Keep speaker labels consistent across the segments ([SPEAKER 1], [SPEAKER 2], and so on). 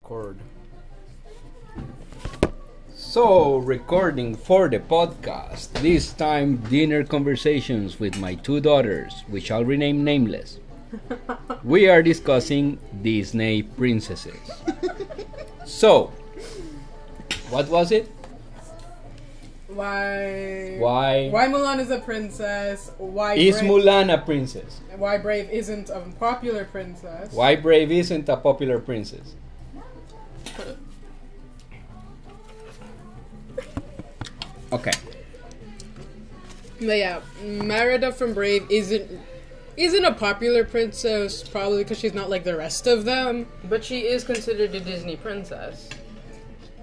[SPEAKER 1] record. So, recording for the podcast. This time, dinner conversations with my two daughters, which I'll rename nameless. We are discussing Disney princesses. So, what was it?
[SPEAKER 2] Why?
[SPEAKER 1] Why,
[SPEAKER 2] Why Mulan is a princess? Why
[SPEAKER 1] is
[SPEAKER 2] Brave,
[SPEAKER 1] Mulan a princess?
[SPEAKER 2] Why Brave isn't a popular princess?
[SPEAKER 1] Why Brave isn't a popular princess? Okay.
[SPEAKER 2] But yeah, Merida from Brave isn't isn't a popular princess probably because she's not like the rest of them.
[SPEAKER 3] But she is considered a Disney princess.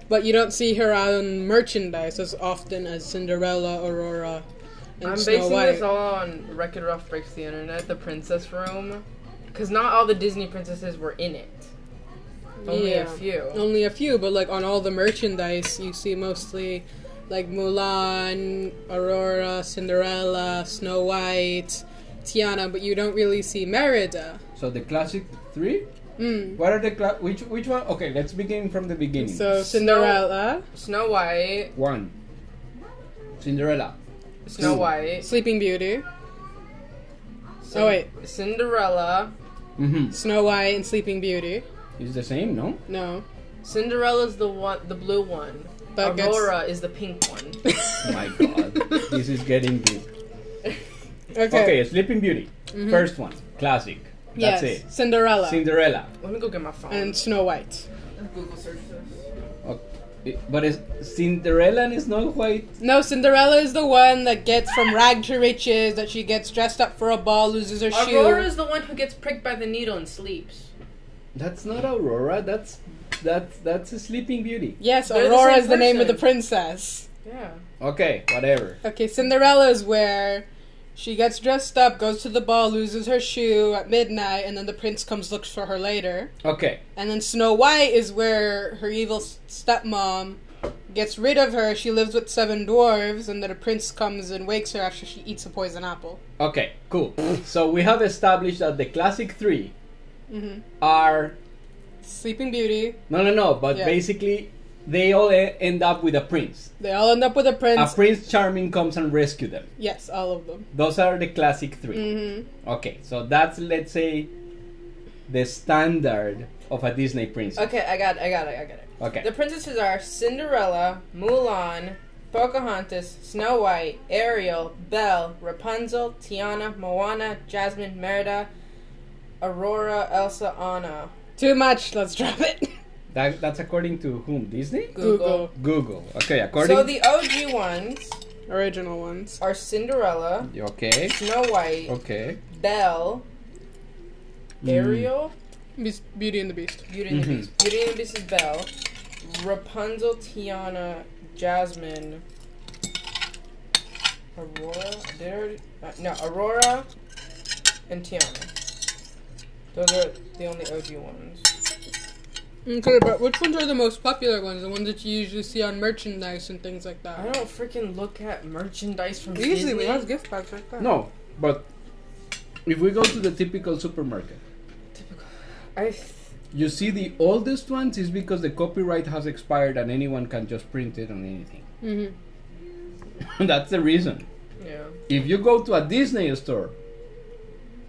[SPEAKER 2] But you don't see her on merchandise as often as Cinderella, Aurora, and
[SPEAKER 3] I'm
[SPEAKER 2] Snow
[SPEAKER 3] basing
[SPEAKER 2] White.
[SPEAKER 3] this all on Wreck It Ralph Breaks the Internet, the princess room. Because not all the Disney princesses were in it. Only
[SPEAKER 2] Yeah.
[SPEAKER 3] a few.
[SPEAKER 2] Only a few, but like on all the merchandise, you see mostly like Mulan, Aurora, Cinderella, Snow White, Tiana, but you don't really see Merida.
[SPEAKER 1] So the classic three.
[SPEAKER 2] Mm.
[SPEAKER 1] What are the cla- which which one? Okay, let's begin from the beginning.
[SPEAKER 2] So Cinderella,
[SPEAKER 3] Snow White,
[SPEAKER 1] one, Cinderella.
[SPEAKER 3] Snow
[SPEAKER 1] Two.
[SPEAKER 3] White,
[SPEAKER 2] Sleeping Beauty.
[SPEAKER 3] Cin-
[SPEAKER 2] Oh, wait.
[SPEAKER 3] Cinderella.
[SPEAKER 1] Mm-hmm.
[SPEAKER 2] Snow White and Sleeping Beauty.
[SPEAKER 1] It's the same, no?
[SPEAKER 2] No.
[SPEAKER 3] Cinderella's the one, the blue one.
[SPEAKER 2] But gets-
[SPEAKER 3] Aurora is the pink one.
[SPEAKER 1] My God, this is getting deep.
[SPEAKER 2] Okay. Mm-hmm.
[SPEAKER 1] Okay, Sleeping Beauty, first one, classic.
[SPEAKER 2] yes.
[SPEAKER 1] That's it.
[SPEAKER 2] Cinderella
[SPEAKER 1] Cinderella.
[SPEAKER 3] Let me go get my phone.
[SPEAKER 2] and Snow White.
[SPEAKER 3] Google search this.
[SPEAKER 1] Okay. But it's Cinderella and Snow White.
[SPEAKER 2] No, Cinderella is the one that gets from rag to riches, that she gets dressed up for a ball, loses her shoe.
[SPEAKER 3] Aurora's the one who gets pricked by the needle and sleeps.
[SPEAKER 1] That's not Aurora. That's that's that's a Sleeping Beauty.
[SPEAKER 2] Yes,
[SPEAKER 3] They're the
[SPEAKER 2] Aurora
[SPEAKER 3] same
[SPEAKER 2] is the name of the
[SPEAKER 3] person.
[SPEAKER 2] princess.
[SPEAKER 3] Yeah.
[SPEAKER 1] Okay, whatever.
[SPEAKER 2] Okay, Cinderella is where she gets dressed up, goes to the ball, loses her shoe at midnight, and then the prince comes looks for her later.
[SPEAKER 1] Okay.
[SPEAKER 2] And then Snow White is where her evil s- stepmom gets rid of her. She lives with seven dwarves, and then a prince comes and wakes her after she eats a poison apple.
[SPEAKER 1] Okay, cool. So we have established that the classic 3
[SPEAKER 3] Mm-hmm.
[SPEAKER 2] Mhm.
[SPEAKER 1] are
[SPEAKER 2] Sleeping Beauty.
[SPEAKER 1] no, no, no. But
[SPEAKER 2] Yeah.
[SPEAKER 1] basically, they all e- end up with a prince.
[SPEAKER 2] They all end up with a
[SPEAKER 1] A
[SPEAKER 2] prince.
[SPEAKER 1] prince charming comes and rescue them.
[SPEAKER 2] yes, all of them.
[SPEAKER 1] Those are the classic 3
[SPEAKER 2] hmm
[SPEAKER 1] Okay, so that's let's say the standard of a Disney princess.
[SPEAKER 3] Okay, I got it, I got it, I got it.
[SPEAKER 1] Okay.
[SPEAKER 3] The princesses are Cinderella, Mulan, Pocahontas, Snow White, Ariel, Belle, Rapunzel, Tiana, Moana, Jasmine, Merida, Aurora, Elsa, Anna.
[SPEAKER 2] Too much. Let's drop it.
[SPEAKER 1] That, that's according to whom? Disney?
[SPEAKER 2] Google.
[SPEAKER 1] Google. Okay, according.
[SPEAKER 3] So the OG ones
[SPEAKER 2] Original ones.
[SPEAKER 3] are Cinderella,
[SPEAKER 1] okay.
[SPEAKER 3] Snow White,
[SPEAKER 1] Okay.
[SPEAKER 3] Belle, Ariel,
[SPEAKER 2] Beast- Beauty and the Beast.
[SPEAKER 3] Beauty and the
[SPEAKER 1] Mhm.
[SPEAKER 3] Beast. Beauty and the Beast is Belle, Rapunzel, Tiana, Jasmine, Aurora. Did I already, uh, no, Aurora and Tiana. Those are the only OG ones.
[SPEAKER 2] Okay, but which ones are the most popular ones? The ones that you usually see on merchandise and things like
[SPEAKER 3] I
[SPEAKER 2] that.
[SPEAKER 3] don't freaking look at merchandise from
[SPEAKER 2] Usually
[SPEAKER 3] Disney.
[SPEAKER 2] we have gift bags like that.
[SPEAKER 1] No, but if we go to the typical supermarket,
[SPEAKER 3] Typical. I th-
[SPEAKER 1] you see the oldest ones is because the copyright has expired and anyone can just print it on anything.
[SPEAKER 2] Mm-hmm.
[SPEAKER 1] That's the reason.
[SPEAKER 3] yeah.
[SPEAKER 1] If you go to a Disney store,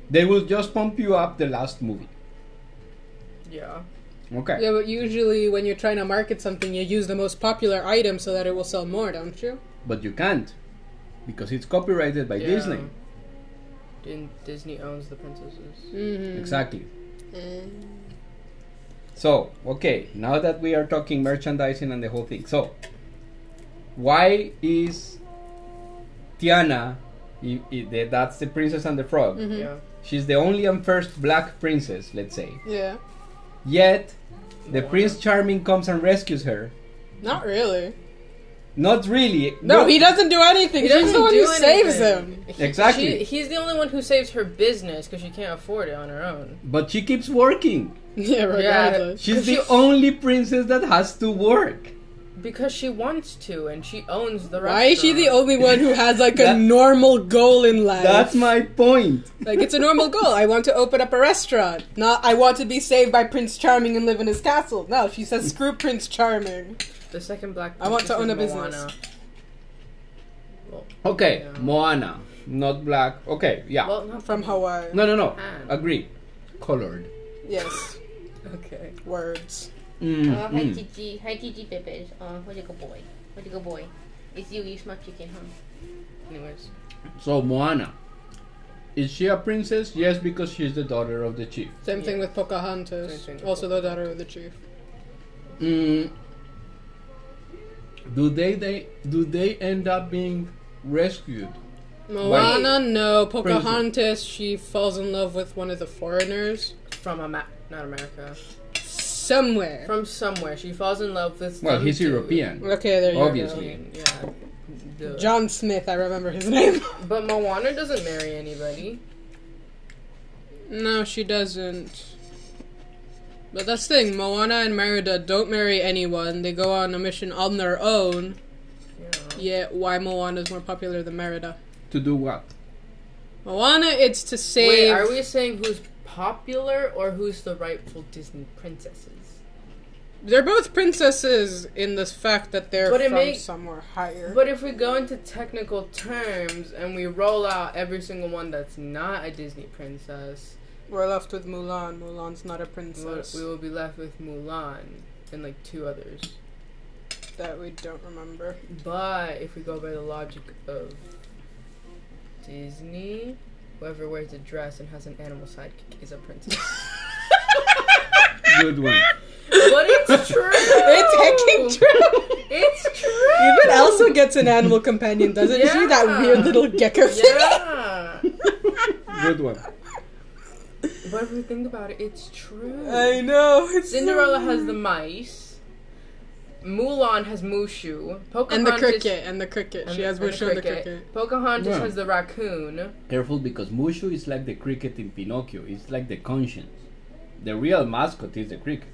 [SPEAKER 1] they will just pump you up the last movie.
[SPEAKER 3] Yeah.
[SPEAKER 1] Okay.
[SPEAKER 2] Yeah, but usually when you're trying to market something, you use the most popular item so that it will sell more, don't you?
[SPEAKER 1] But you can't because it's copyrighted by
[SPEAKER 3] yeah.
[SPEAKER 1] Disney.
[SPEAKER 2] Mm.
[SPEAKER 3] Din- Disney owns the princesses.
[SPEAKER 2] Mm-hmm.
[SPEAKER 1] Exactly.
[SPEAKER 3] Mm.
[SPEAKER 1] So, okay, now that we are talking merchandising and the whole thing, so why is Tiana, i i the, that's the princess and the frog,
[SPEAKER 2] Mm-hmm.
[SPEAKER 3] Yeah.
[SPEAKER 1] she's the only and first black princess, let's say.
[SPEAKER 2] Yeah.
[SPEAKER 1] Yet, the
[SPEAKER 3] Moana.
[SPEAKER 1] Prince Charming comes and rescues her.
[SPEAKER 2] Not really.
[SPEAKER 1] Not really.
[SPEAKER 2] No, he doesn't do anything.
[SPEAKER 3] He
[SPEAKER 2] She's
[SPEAKER 3] doesn't
[SPEAKER 2] the one
[SPEAKER 3] do
[SPEAKER 2] who saves
[SPEAKER 3] anything.
[SPEAKER 2] him.
[SPEAKER 3] He-
[SPEAKER 1] Exactly.
[SPEAKER 3] she- he's the only one who saves her business because she can't afford it on her own.
[SPEAKER 1] But she keeps working.
[SPEAKER 2] Yeah, regardless.
[SPEAKER 1] She's
[SPEAKER 3] She-
[SPEAKER 1] the only princess that has to work.
[SPEAKER 3] Because she wants to, and she owns the restaurant.
[SPEAKER 2] Why is she the only one who has like
[SPEAKER 1] That-
[SPEAKER 2] a normal goal in life?
[SPEAKER 1] That's my point.
[SPEAKER 2] like it's a normal goal. I want to open up a restaurant. Not I want to be saved by Prince Charming and live in his castle. No, she says screw Prince Charming.
[SPEAKER 3] The second black.
[SPEAKER 2] I want to
[SPEAKER 3] princess
[SPEAKER 2] own
[SPEAKER 3] is
[SPEAKER 2] a business.
[SPEAKER 3] Moana. Well,
[SPEAKER 1] Okay,
[SPEAKER 3] Yeah.
[SPEAKER 1] Moana, not black. Okay, yeah.
[SPEAKER 3] well, not
[SPEAKER 2] From Hawaii.
[SPEAKER 1] no, no, no.
[SPEAKER 3] Ah.
[SPEAKER 1] Agree. Colored.
[SPEAKER 2] Yes.
[SPEAKER 3] okay.
[SPEAKER 2] Words.
[SPEAKER 1] Mm,
[SPEAKER 4] Oh, hi,
[SPEAKER 1] mm.
[SPEAKER 4] Gigi. Hi, Gigi Peppers. Oh, what a good boy. What a good boy. It's you, you smart chicken, huh?
[SPEAKER 3] Anyways,
[SPEAKER 1] So Moana, is she a princess? Yes, because she's the daughter of the chief.
[SPEAKER 2] Same thing
[SPEAKER 3] Yeah.
[SPEAKER 2] with Pocahontas.
[SPEAKER 3] Same thing with
[SPEAKER 2] also the daughter of the chief.
[SPEAKER 1] Mm. Do they they do they end up being rescued?
[SPEAKER 2] Moana, no. Pocahontas, she falls in love with one of the foreigners.
[SPEAKER 3] from Ama- not America,
[SPEAKER 2] Somewhere.
[SPEAKER 3] from somewhere. She falls in love with.
[SPEAKER 1] Well,
[SPEAKER 3] some
[SPEAKER 1] he's
[SPEAKER 3] dude.
[SPEAKER 1] European.
[SPEAKER 2] Okay, there you
[SPEAKER 1] Obviously.
[SPEAKER 3] Yeah.
[SPEAKER 2] go.
[SPEAKER 3] The-
[SPEAKER 2] John Smith, I remember his name.
[SPEAKER 3] But Moana doesn't marry anybody.
[SPEAKER 2] no, she doesn't. But that's the thing, Moana and Merida don't marry anyone. They go on a mission on their own.
[SPEAKER 3] Yeah.
[SPEAKER 2] Yet, why Moana's more popular than Merida?
[SPEAKER 1] To do what?
[SPEAKER 2] Moana, it's to save.
[SPEAKER 3] Wait, are we saying who's popular or who's the rightful Disney princesses?
[SPEAKER 2] They're both princesses in the fact that they're
[SPEAKER 3] But it
[SPEAKER 2] from
[SPEAKER 3] may-
[SPEAKER 2] somewhere higher.
[SPEAKER 3] But if we go into technical terms and we roll out every single one that's not a Disney princess,
[SPEAKER 2] We're left with Mulan. Mulan's not a
[SPEAKER 3] we will-
[SPEAKER 2] princess
[SPEAKER 3] we will be left with Mulan and like two others.
[SPEAKER 2] that we don't remember.
[SPEAKER 3] But if we go by the logic of Disney, whoever wears a dress and has an animal sidekick is a princess.
[SPEAKER 1] Good one.
[SPEAKER 3] but it's true.
[SPEAKER 2] It's hecking
[SPEAKER 3] Oh.
[SPEAKER 2] true.
[SPEAKER 3] It's true.
[SPEAKER 2] Even Elsa gets an animal companion, doesn't she? That
[SPEAKER 3] Yeah.
[SPEAKER 2] weird little gecko thing.
[SPEAKER 3] Yeah.
[SPEAKER 1] Good one.
[SPEAKER 3] but if we think about it, it's true.
[SPEAKER 2] I know. It's
[SPEAKER 3] Cinderella has the mice. Mulan has Mushu. Pocahontas
[SPEAKER 2] and the cricket and the cricket.
[SPEAKER 3] and
[SPEAKER 2] she
[SPEAKER 3] the-
[SPEAKER 2] has
[SPEAKER 3] and
[SPEAKER 2] Mushu and the cricket.
[SPEAKER 3] Pocahontas
[SPEAKER 1] Yeah.
[SPEAKER 3] has the raccoon.
[SPEAKER 1] Careful because Mushu is like the cricket in Pinocchio. It's like the conscience. The real mascot is the cricket.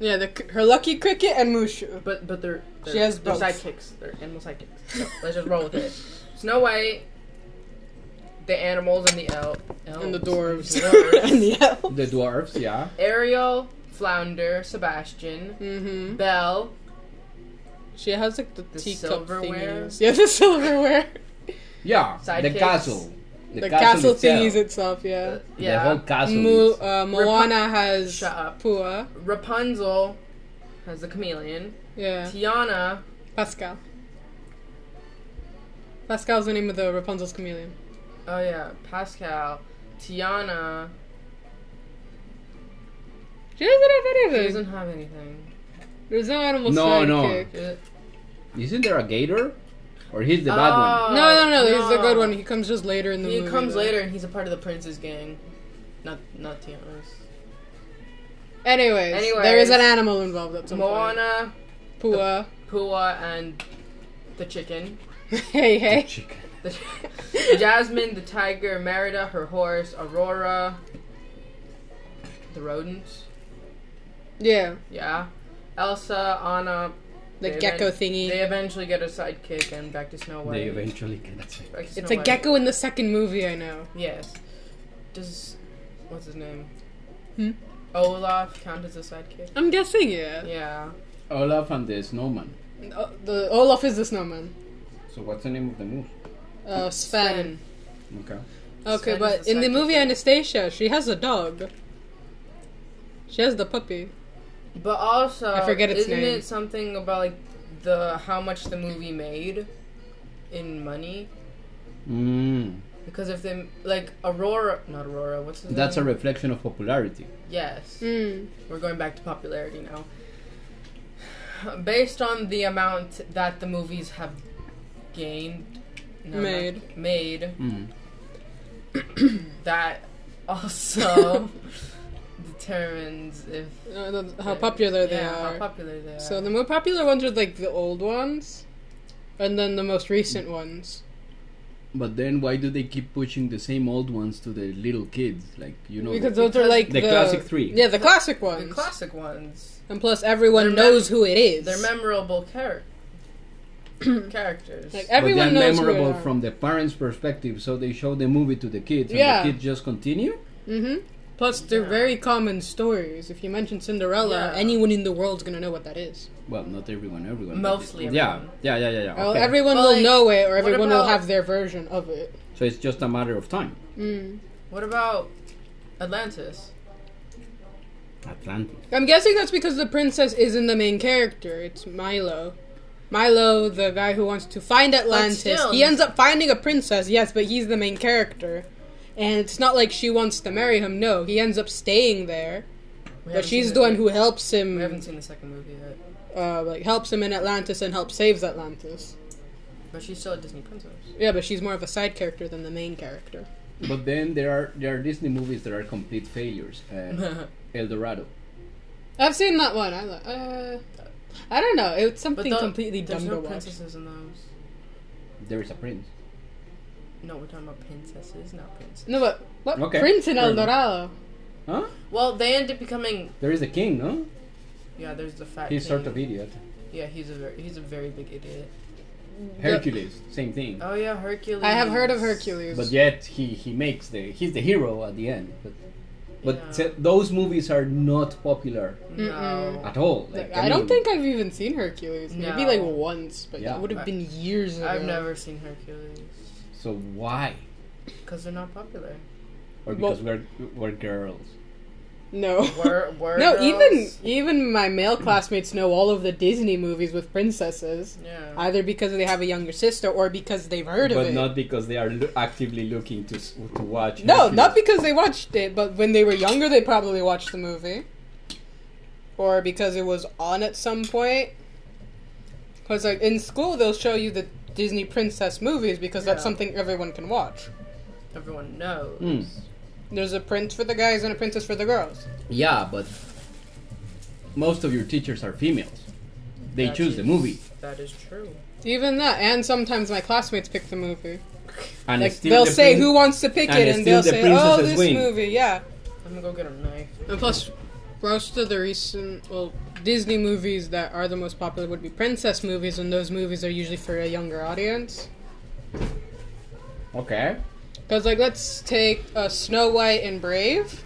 [SPEAKER 2] Yeah, the, cr- her lucky cricket and Mushu.
[SPEAKER 3] But but they're, they're
[SPEAKER 2] She has
[SPEAKER 3] they're
[SPEAKER 2] both.
[SPEAKER 3] sidekicks. They're animal sidekicks. So let's just roll with it. Snow White, the animals and the el- elves.
[SPEAKER 2] And the dwarves
[SPEAKER 3] Dwarves.
[SPEAKER 2] and the elf.
[SPEAKER 1] The dwarfs, yeah.
[SPEAKER 3] Ariel, Flounder, Sebastian,
[SPEAKER 2] Mm-hmm.
[SPEAKER 3] Belle,
[SPEAKER 2] She has like the,
[SPEAKER 3] The
[SPEAKER 2] teacup
[SPEAKER 3] silverware.
[SPEAKER 2] thingies. Yeah, the silverware.
[SPEAKER 1] Yeah.
[SPEAKER 3] Sidekicks.
[SPEAKER 1] The castle.
[SPEAKER 2] The, castle, thingies
[SPEAKER 1] itself.
[SPEAKER 2] itself. Yeah.
[SPEAKER 1] The
[SPEAKER 3] yeah,
[SPEAKER 1] whole castle.
[SPEAKER 2] Mu-
[SPEAKER 1] is-
[SPEAKER 2] uh, Moana has
[SPEAKER 3] Shut up.
[SPEAKER 2] Pua.
[SPEAKER 3] Rapunzel has the chameleon.
[SPEAKER 2] Yeah.
[SPEAKER 3] Tiana,
[SPEAKER 2] Pascal. Pascal's the name of the Rapunzel's chameleon.
[SPEAKER 3] oh yeah, Pascal, Tiana.
[SPEAKER 2] She doesn't have
[SPEAKER 3] She
[SPEAKER 2] anything.
[SPEAKER 3] doesn't have anything.
[SPEAKER 2] There's no animal
[SPEAKER 1] No,
[SPEAKER 2] sidekick.
[SPEAKER 3] She doesn't-
[SPEAKER 1] Isn't there a gator? Or he's the bad one?
[SPEAKER 3] Oh,
[SPEAKER 2] No, no, no, He's the good one. He comes just later in the
[SPEAKER 3] He
[SPEAKER 2] movie.
[SPEAKER 3] comes
[SPEAKER 2] though.
[SPEAKER 3] later and he's a part of the prince's gang. Not not Tiana's.
[SPEAKER 2] Anyways, there is
[SPEAKER 3] Anyways.
[SPEAKER 2] an animal involved at some point.
[SPEAKER 3] Moana,
[SPEAKER 2] Pua.
[SPEAKER 3] Pua, and the chicken.
[SPEAKER 2] hey, hey.
[SPEAKER 1] Chicken.
[SPEAKER 3] The Jasmine, the tiger, Merida, her horse, Aurora, the rodents.
[SPEAKER 2] Yeah,
[SPEAKER 3] Yeah. Elsa, Anna.
[SPEAKER 2] the
[SPEAKER 3] they
[SPEAKER 2] gecko
[SPEAKER 3] even-
[SPEAKER 2] thingy.
[SPEAKER 3] They eventually get a sidekick and back to Snow White.
[SPEAKER 1] They eventually get that.
[SPEAKER 3] Back to Snow
[SPEAKER 2] it's a
[SPEAKER 3] White.
[SPEAKER 2] gecko in the second movie, I know.
[SPEAKER 3] Yes. Does what's his name?
[SPEAKER 2] Hmm?
[SPEAKER 3] Olaf count as a sidekick?
[SPEAKER 2] I'm guessing, yeah.
[SPEAKER 3] Yeah.
[SPEAKER 1] Olaf and the snowman.
[SPEAKER 2] O- the Olaf is the snowman.
[SPEAKER 1] So what's the name of the moose?
[SPEAKER 2] Uh, Sven.
[SPEAKER 1] Okay.
[SPEAKER 2] Okay,
[SPEAKER 3] Sven is
[SPEAKER 2] but
[SPEAKER 3] the
[SPEAKER 2] in the
[SPEAKER 3] sidekick.
[SPEAKER 2] movie Anastasia, she has a dog. She has the puppy.
[SPEAKER 3] But also,
[SPEAKER 2] I forget its
[SPEAKER 3] isn't
[SPEAKER 2] name.
[SPEAKER 3] it something about like the how much the movie made in money?
[SPEAKER 1] Mm.
[SPEAKER 3] Because if they like Aurora, not Aurora, what's his
[SPEAKER 1] That's a
[SPEAKER 3] name?
[SPEAKER 1] reflection of popularity.
[SPEAKER 3] yes.
[SPEAKER 2] Hmm.
[SPEAKER 3] We're going back to popularity now. Based on the amount that the movies have gained, no, not-
[SPEAKER 2] Made.
[SPEAKER 3] made
[SPEAKER 1] Mm.
[SPEAKER 3] that also determines if
[SPEAKER 2] Uh, the- how popular they
[SPEAKER 3] yeah,
[SPEAKER 2] are.
[SPEAKER 3] How popular they are.
[SPEAKER 2] so the more popular ones are like the old ones, and then the most recent ones.
[SPEAKER 1] But then why do they keep pushing the same old ones to the little kids? Like you know,
[SPEAKER 2] because those are like
[SPEAKER 1] the classic three.
[SPEAKER 2] Yeah, the classic
[SPEAKER 3] The
[SPEAKER 2] ones.
[SPEAKER 3] classic ones.
[SPEAKER 2] and plus, everyone
[SPEAKER 3] They're
[SPEAKER 2] knows who it is.
[SPEAKER 3] They're memorable char- characters.
[SPEAKER 2] like
[SPEAKER 3] Like,
[SPEAKER 2] everyone
[SPEAKER 1] but they're
[SPEAKER 2] knows
[SPEAKER 1] memorable from the parents' perspective, so they show the movie to the kids,
[SPEAKER 2] Yeah.
[SPEAKER 1] and the kids just continue.
[SPEAKER 2] Mm-hmm. Plus, they're very common stories. If you mention Cinderella,
[SPEAKER 3] Yeah.
[SPEAKER 2] anyone in the world's gonna know what that is.
[SPEAKER 1] Well, not everyone, everyone. but-
[SPEAKER 3] Mostly
[SPEAKER 1] Yeah,
[SPEAKER 3] everyone.
[SPEAKER 1] yeah, yeah, yeah, yeah.
[SPEAKER 2] Well,
[SPEAKER 1] okay.
[SPEAKER 2] Oh, everyone
[SPEAKER 3] Well,
[SPEAKER 2] will
[SPEAKER 3] like,
[SPEAKER 2] know it, or
[SPEAKER 3] what
[SPEAKER 2] everyone will
[SPEAKER 3] about-
[SPEAKER 2] have their version of it.
[SPEAKER 1] so it's just a matter of time.
[SPEAKER 2] Mm.
[SPEAKER 3] what about Atlantis?
[SPEAKER 1] Atlantis.
[SPEAKER 2] I'm guessing that's because the princess isn't the main character. It's Milo. Milo, the guy who wants to find Atlantis,
[SPEAKER 3] still-
[SPEAKER 2] he ends up finding a princess, yes, but he's the main character. And it's not like she wants to marry him, no. He ends up staying there.
[SPEAKER 3] We
[SPEAKER 2] But
[SPEAKER 3] haven't
[SPEAKER 2] she's
[SPEAKER 3] seen
[SPEAKER 2] the
[SPEAKER 3] it
[SPEAKER 2] one
[SPEAKER 3] yet.
[SPEAKER 2] who helps
[SPEAKER 3] We haven't
[SPEAKER 2] him,
[SPEAKER 3] seen the second movie yet,
[SPEAKER 2] uh, like, helps him in Atlantis and helps saves Atlantis.
[SPEAKER 3] but she's still a Disney princess.
[SPEAKER 2] Yeah, but she's more of a side character than the main character.
[SPEAKER 1] But then there are there are Disney movies that are complete failures.
[SPEAKER 2] Uh-huh.
[SPEAKER 1] Uh, El Dorado.
[SPEAKER 2] I've seen that one. I li- uh, I don't know. It's
[SPEAKER 3] but
[SPEAKER 2] something
[SPEAKER 3] tho-
[SPEAKER 2] completely
[SPEAKER 3] there's
[SPEAKER 2] dumb
[SPEAKER 3] no
[SPEAKER 2] to watch.
[SPEAKER 3] princesses in those.
[SPEAKER 1] There is a prince.
[SPEAKER 3] No, we're talking about princesses, not princes.
[SPEAKER 2] No, but what
[SPEAKER 1] Okay,
[SPEAKER 2] Prince in
[SPEAKER 1] fair
[SPEAKER 2] El
[SPEAKER 1] enough.
[SPEAKER 2] Dorado?
[SPEAKER 1] Huh?
[SPEAKER 3] Well, they end up becoming.
[SPEAKER 1] There is a king, no?
[SPEAKER 3] Yeah, there's the fat.
[SPEAKER 1] He's
[SPEAKER 3] king.
[SPEAKER 1] sort of idiot.
[SPEAKER 3] Yeah, he's a very, he's a very big idiot.
[SPEAKER 1] Hercules, same thing.
[SPEAKER 3] Oh yeah, Hercules.
[SPEAKER 2] I have heard of Hercules.
[SPEAKER 1] But yet he he makes the he's the hero at the end. But but
[SPEAKER 3] Yeah.
[SPEAKER 1] se- those movies are not popular
[SPEAKER 3] No.
[SPEAKER 1] at all.
[SPEAKER 2] Like,
[SPEAKER 1] Like,
[SPEAKER 2] I
[SPEAKER 1] mean,
[SPEAKER 2] don't think I've even seen Hercules. Maybe
[SPEAKER 3] No.
[SPEAKER 2] like once, but
[SPEAKER 1] Yeah.
[SPEAKER 2] that would have been years ago.
[SPEAKER 3] I've never seen Hercules
[SPEAKER 1] so. Why?
[SPEAKER 3] because they're not popular.
[SPEAKER 1] Or
[SPEAKER 2] Well-
[SPEAKER 1] because we're we're girls.
[SPEAKER 2] No.
[SPEAKER 3] Were were
[SPEAKER 2] no, even
[SPEAKER 3] girls-
[SPEAKER 2] even my male classmates know all of the Disney movies with princesses,
[SPEAKER 3] yeah.
[SPEAKER 2] either because they have a younger sister or because they've heard
[SPEAKER 1] but
[SPEAKER 2] of it.
[SPEAKER 1] not because they are lo- actively looking to s- to watch.
[SPEAKER 2] no,
[SPEAKER 1] Hercules.
[SPEAKER 2] not because they watched it, but when they were younger, they probably watched the movie, or because it was on at some point. Because like in school, they'll show you the Disney princess movies because that's
[SPEAKER 3] Yeah.
[SPEAKER 2] something everyone can watch.
[SPEAKER 3] everyone knows.
[SPEAKER 1] Hmm.
[SPEAKER 2] There's a prince for the guys and a princess for the girls.
[SPEAKER 1] Yeah, but most of your teachers are females. They
[SPEAKER 3] That
[SPEAKER 1] choose the
[SPEAKER 3] is-
[SPEAKER 1] movie,
[SPEAKER 3] That is true.
[SPEAKER 2] Even that, and sometimes my classmates pick the movie.
[SPEAKER 1] and
[SPEAKER 2] Like
[SPEAKER 1] still
[SPEAKER 2] they'll
[SPEAKER 1] the
[SPEAKER 2] say
[SPEAKER 1] prin-
[SPEAKER 2] who wants to pick
[SPEAKER 1] and
[SPEAKER 2] it, and
[SPEAKER 1] still
[SPEAKER 2] they'll
[SPEAKER 1] the
[SPEAKER 2] say,
[SPEAKER 1] princess
[SPEAKER 2] "Oh,
[SPEAKER 1] is
[SPEAKER 2] this
[SPEAKER 1] winning."
[SPEAKER 2] movie, yeah."
[SPEAKER 3] I'm gonna go get a knife.
[SPEAKER 2] And plus, most of the recent, well, Disney movies that are the most popular would be princess movies, and those movies are usually for a younger audience.
[SPEAKER 1] Okay.
[SPEAKER 2] Because, like, let's take uh, Snow White and Brave.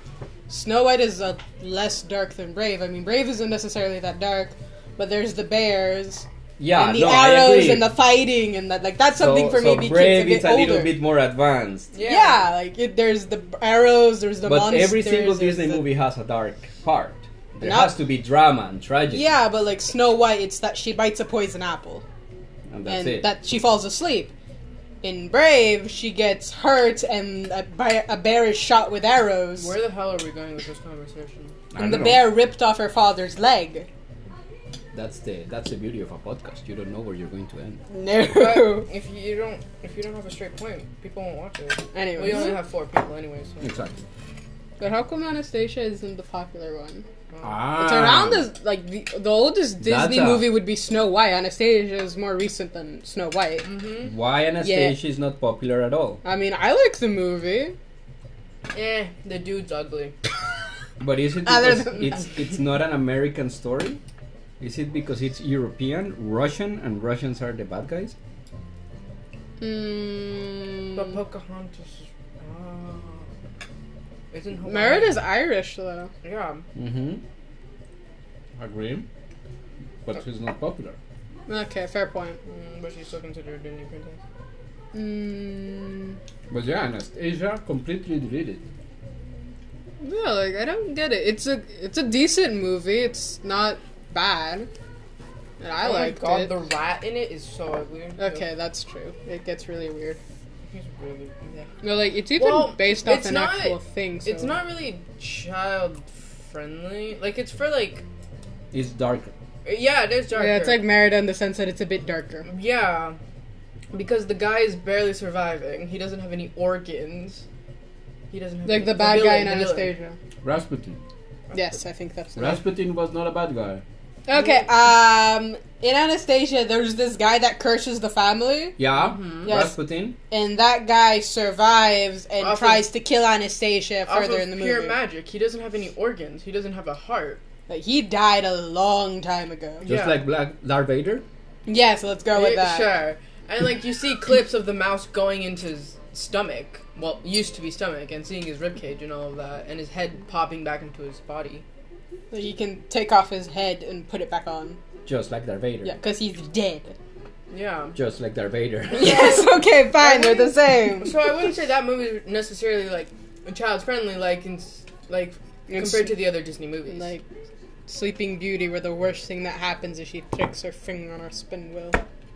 [SPEAKER 2] Snow White is uh, less dark than Brave. I mean, Brave isn't necessarily that dark, but there's the bears
[SPEAKER 1] Yeah.
[SPEAKER 2] and the
[SPEAKER 1] no, I
[SPEAKER 2] arrows
[SPEAKER 1] agree.
[SPEAKER 2] and the fighting and that. Like, that's something for
[SPEAKER 1] so
[SPEAKER 2] maybe
[SPEAKER 1] Brave is
[SPEAKER 2] kids a bit
[SPEAKER 1] a little
[SPEAKER 2] older.
[SPEAKER 1] bit more advanced.
[SPEAKER 2] yeah. like it, there's the b- arrows, there's the
[SPEAKER 1] but
[SPEAKER 2] monsters.
[SPEAKER 1] every single
[SPEAKER 2] there's
[SPEAKER 1] Disney
[SPEAKER 2] the-
[SPEAKER 1] movie has a dark part. There
[SPEAKER 2] Not-
[SPEAKER 1] has to be drama and tragedy.
[SPEAKER 2] Yeah, but like Snow White, it's that she bites a poison apple.
[SPEAKER 1] And that's
[SPEAKER 2] and
[SPEAKER 1] it.
[SPEAKER 2] that she falls asleep. In Brave, she gets hurt and a, bear, a bear is shot with arrows.
[SPEAKER 3] Where the hell are we going with this conversation?
[SPEAKER 1] I don't
[SPEAKER 2] and the
[SPEAKER 1] know.
[SPEAKER 2] bear ripped off her father's leg.
[SPEAKER 1] That's the that's the beauty of a podcast. You don't know where you're going to end.
[SPEAKER 3] But
[SPEAKER 2] No.
[SPEAKER 3] if you don't, if you don't have a straight point, people won't watch it. We only
[SPEAKER 2] Anyways.
[SPEAKER 3] have four people, anyway. So.
[SPEAKER 1] Exactly.
[SPEAKER 2] But how come Anastasia isn't the popular one?
[SPEAKER 1] Ah.
[SPEAKER 2] It's around as, like, the, the oldest
[SPEAKER 1] That's
[SPEAKER 2] Disney
[SPEAKER 1] a-
[SPEAKER 2] movie would be Snow White. Anastasia is more recent than Snow White.
[SPEAKER 1] Why Anastasia is not popular at all?
[SPEAKER 2] I mean, I like the movie.
[SPEAKER 1] Hmm.
[SPEAKER 3] Eh, the dude's ugly.
[SPEAKER 2] Mm-hmm.
[SPEAKER 1] But is it
[SPEAKER 2] Other
[SPEAKER 1] because
[SPEAKER 2] than
[SPEAKER 1] it's it's not an American story? Is it because it's European, Russian, and Russians are the bad guys?
[SPEAKER 2] Hmm.
[SPEAKER 3] But Pocahontas. is- Oh. Isn't Hawaii-
[SPEAKER 2] Merida's Irish, though.
[SPEAKER 3] Yeah.
[SPEAKER 1] Mm-hmm. Agree. But she's not popular.
[SPEAKER 2] Okay, fair point.
[SPEAKER 3] Mm, but she's still considered a Disney princess.
[SPEAKER 2] Mm,
[SPEAKER 1] But yeah, Anastasia completely deleted.
[SPEAKER 2] yeah, like I don't get it. It's a it's a decent movie. It's not bad. And I
[SPEAKER 3] oh
[SPEAKER 2] liked
[SPEAKER 3] my god,
[SPEAKER 2] it.
[SPEAKER 3] the rat in it is so ugly.
[SPEAKER 2] Okay, that's true. It gets really weird.
[SPEAKER 3] He's really. Yeah.
[SPEAKER 2] No, like it's even
[SPEAKER 3] Well,
[SPEAKER 2] based off
[SPEAKER 3] it's
[SPEAKER 2] an
[SPEAKER 3] not-
[SPEAKER 2] actual thing. So.
[SPEAKER 3] It's not really child friendly. Like it's for like.
[SPEAKER 1] It's darker.
[SPEAKER 3] Yeah, it is darker.
[SPEAKER 2] Yeah, it's like Merida in the sense that it's a bit darker.
[SPEAKER 3] Yeah. Because the guy is barely surviving. He doesn't have any organs. He doesn't have
[SPEAKER 2] Like
[SPEAKER 3] any-
[SPEAKER 2] the bad guy
[SPEAKER 3] villain,
[SPEAKER 2] in
[SPEAKER 3] the villain.
[SPEAKER 2] Anastasia.
[SPEAKER 1] Rasputin.
[SPEAKER 2] Yes, I think that's the
[SPEAKER 1] Rasputin was not a bad guy.
[SPEAKER 2] Okay, um, in Anastasia, there's this guy that curses the family,
[SPEAKER 1] Yeah,
[SPEAKER 2] Mm-hmm. Yes.
[SPEAKER 1] Rasputin.
[SPEAKER 2] and that guy survives and
[SPEAKER 3] Off of-
[SPEAKER 2] tries to kill Anastasia
[SPEAKER 3] Off
[SPEAKER 2] further
[SPEAKER 3] of
[SPEAKER 2] in the
[SPEAKER 3] pure
[SPEAKER 2] movie.
[SPEAKER 3] magic. He doesn't have any organs. He doesn't have a heart.
[SPEAKER 2] Like, he died a long time ago.
[SPEAKER 1] Just
[SPEAKER 3] Yeah.
[SPEAKER 1] like Black Darth Vader.
[SPEAKER 2] Yes, let's go with
[SPEAKER 3] Yeah,
[SPEAKER 2] that.
[SPEAKER 3] Eh, Sure. And like you see clips of the mouse going into his stomach, well, used to be stomach, and seeing his ribcage and all of that, and his head popping back into his body.
[SPEAKER 2] He can take off his head and put it back on.
[SPEAKER 1] Just like Darth Vader.
[SPEAKER 2] Yeah, because he's dead.
[SPEAKER 3] Yeah.
[SPEAKER 1] Just like Darth Vader.
[SPEAKER 2] Yes, okay, fine, they're the same.
[SPEAKER 3] So I wouldn't say that movie is necessarily like child friendly, like in, s- like
[SPEAKER 2] It's-
[SPEAKER 3] compared to the other Disney movies.
[SPEAKER 2] Like, Sleeping Beauty, where the worst thing that happens is she sticks her finger on her spin wheel.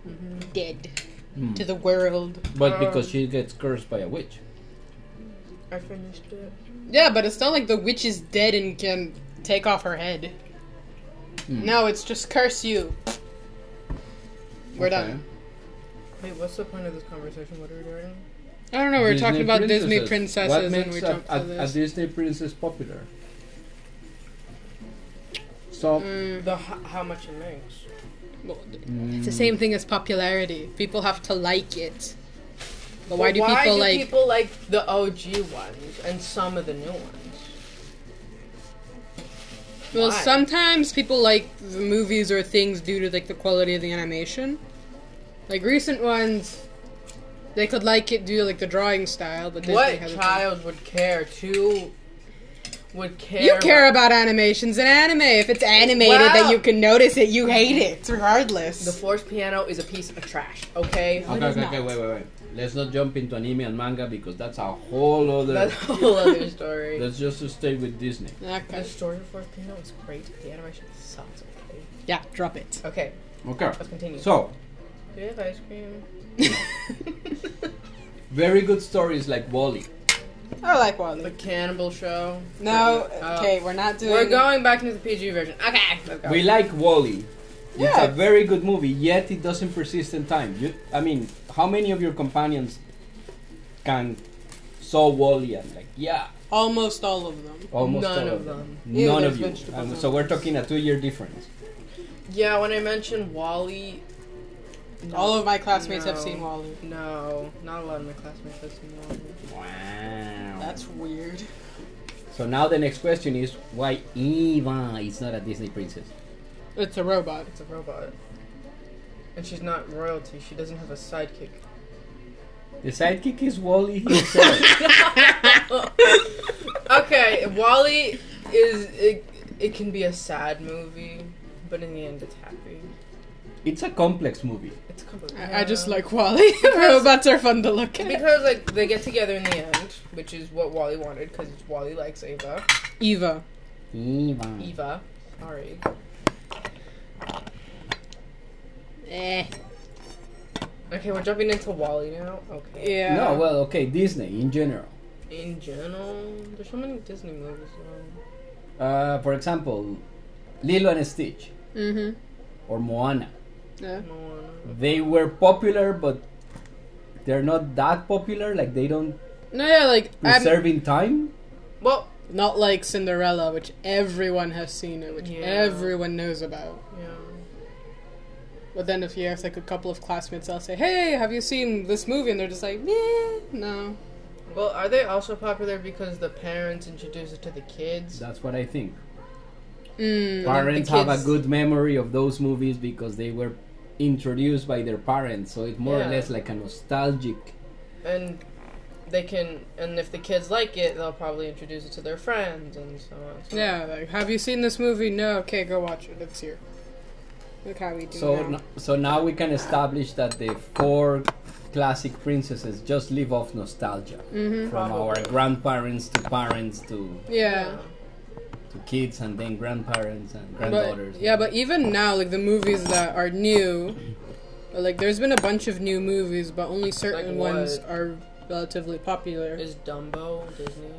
[SPEAKER 2] Mm-hmm. Dead.
[SPEAKER 1] Hmm.
[SPEAKER 2] To the world.
[SPEAKER 1] But because she gets cursed by a witch.
[SPEAKER 3] I finished it.
[SPEAKER 2] Yeah, but it's not like the witch is dead and can take off her head.
[SPEAKER 1] Hmm.
[SPEAKER 2] No, it's just curse you. We're done.
[SPEAKER 3] Wait, what's the point of this conversation? What are we doing?
[SPEAKER 2] I don't know, we were talking about Disney
[SPEAKER 1] What
[SPEAKER 2] princesses
[SPEAKER 1] makes
[SPEAKER 2] and we
[SPEAKER 1] a,
[SPEAKER 2] jumped
[SPEAKER 1] a,
[SPEAKER 2] to
[SPEAKER 1] a
[SPEAKER 2] this.
[SPEAKER 1] Disney princess popular? So
[SPEAKER 2] Mm.
[SPEAKER 3] The h- how much it makes.
[SPEAKER 2] Well, It's the same thing as popularity. People have to like it. But why
[SPEAKER 3] But
[SPEAKER 2] do people like
[SPEAKER 3] people like the OG ones and some of the new ones?
[SPEAKER 2] Well,
[SPEAKER 3] Why?
[SPEAKER 2] sometimes people like the movies or things due to like the quality of the animation. Like recent ones, they could like it due to like the drawing style, but Disney
[SPEAKER 3] What
[SPEAKER 2] has a-
[SPEAKER 3] child would care to would care?
[SPEAKER 2] You care about animations and anime. If it's animated, that
[SPEAKER 3] Wow.
[SPEAKER 2] you can notice it, you hate it regardless.
[SPEAKER 3] the force piano is a piece of trash. Okay,
[SPEAKER 1] Okay,
[SPEAKER 2] is
[SPEAKER 1] okay,
[SPEAKER 2] not.
[SPEAKER 1] okay, wait, wait, wait. Let's not jump into anime and manga because that's a whole
[SPEAKER 3] that's
[SPEAKER 1] other.
[SPEAKER 3] a whole other story.
[SPEAKER 1] Let's just stay with Disney.
[SPEAKER 3] the
[SPEAKER 2] okay.
[SPEAKER 3] story of force piano is great. The animation sucks. Okay,
[SPEAKER 2] Yeah, drop it.
[SPEAKER 3] okay,
[SPEAKER 1] Okay.
[SPEAKER 3] let's continue.
[SPEAKER 1] So,
[SPEAKER 3] do you have ice cream?
[SPEAKER 1] very good stories like Wally.
[SPEAKER 2] I like Wally.
[SPEAKER 3] The cannibal show.
[SPEAKER 2] no,
[SPEAKER 3] Oh.
[SPEAKER 2] okay, we're not doing.
[SPEAKER 3] We're going back into the PG version. Okay, let's go.
[SPEAKER 1] We like Wally. It's
[SPEAKER 2] Yeah.
[SPEAKER 1] a very good movie, yet it doesn't persist in time. You, I mean, how many of your companions can saw Wally and like, yeah,
[SPEAKER 2] Almost all of them.
[SPEAKER 1] almost
[SPEAKER 3] None
[SPEAKER 1] all
[SPEAKER 3] of them.
[SPEAKER 2] Yeah,
[SPEAKER 1] None
[SPEAKER 2] there's
[SPEAKER 1] of you.
[SPEAKER 2] vegetables
[SPEAKER 1] Um,
[SPEAKER 2] on
[SPEAKER 1] so we're talking a two-year difference.
[SPEAKER 3] yeah, when I mentioned Wally, no,
[SPEAKER 2] All of my classmates have
[SPEAKER 3] no,
[SPEAKER 2] seen Wally.
[SPEAKER 3] No, not a lot of my classmates have seen Wally.
[SPEAKER 1] Wow.
[SPEAKER 2] That's weird.
[SPEAKER 1] so now the next question is why Eva is not a Disney princess?
[SPEAKER 2] It's a robot.
[SPEAKER 3] It's a robot. And she's not royalty. She doesn't have a sidekick.
[SPEAKER 1] The sidekick is Wally himself.
[SPEAKER 3] okay, Wally is it, it can be a sad movie, but in the end it's happy.
[SPEAKER 1] it's a complex movie.
[SPEAKER 3] It's completely
[SPEAKER 2] I, I just like Wally. Robots are fun to look at.
[SPEAKER 3] because like they get together in the end, which is what Wally wanted cuz Wally likes Ava.
[SPEAKER 2] Eva.
[SPEAKER 1] Eva.
[SPEAKER 3] Eva, sorry.
[SPEAKER 2] Eh.
[SPEAKER 3] Okay, we're jumping into Wally now. Okay.
[SPEAKER 2] Yeah.
[SPEAKER 1] No, well, okay, Disney in general.
[SPEAKER 3] In general, there's so many Disney movies now.
[SPEAKER 1] Uh, for example, Lilo and Stitch
[SPEAKER 2] Mm-hmm.
[SPEAKER 1] or Moana.
[SPEAKER 2] Yeah.
[SPEAKER 3] Moana.
[SPEAKER 1] They were popular, but they're not that popular. Like they don't
[SPEAKER 2] No, yeah, like I'm
[SPEAKER 1] preserve in time.
[SPEAKER 3] Well,
[SPEAKER 2] not like Cinderella, which everyone has seen it, which
[SPEAKER 3] Yeah.
[SPEAKER 2] everyone knows about.
[SPEAKER 3] yeah.
[SPEAKER 2] But then if you ask like a couple of classmates, I'll say, "Hey, have you seen this movie?" And they're just like, "Meh, no."
[SPEAKER 3] Well, are they also popular because the parents introduce it to the kids?
[SPEAKER 1] That's what I think.
[SPEAKER 2] Mm.
[SPEAKER 1] Parents
[SPEAKER 2] the
[SPEAKER 1] have a
[SPEAKER 2] kids-
[SPEAKER 1] good memory of those movies because they were introduced by their parents, so it's more or
[SPEAKER 3] Yeah.
[SPEAKER 1] less like a nostalgic.
[SPEAKER 3] And they can, and if the kids like it, they'll probably introduce it to their friends and so on. and So on.
[SPEAKER 2] Yeah, like, have you seen this movie? No. Okay, go watch it. It's here. Look how we do
[SPEAKER 1] So,
[SPEAKER 2] now.
[SPEAKER 1] n- so now we can establish that the four classic princesses just live off nostalgia
[SPEAKER 2] Mhm.
[SPEAKER 1] from our grandparents to parents to
[SPEAKER 2] yeah.
[SPEAKER 1] to kids and then grandparents and granddaughters.
[SPEAKER 2] But, yeah, but even now, like the movies that are new, like there's been a bunch of new movies, but only certain
[SPEAKER 3] what?
[SPEAKER 2] ones are relatively popular.
[SPEAKER 3] Is Dumbo Disney?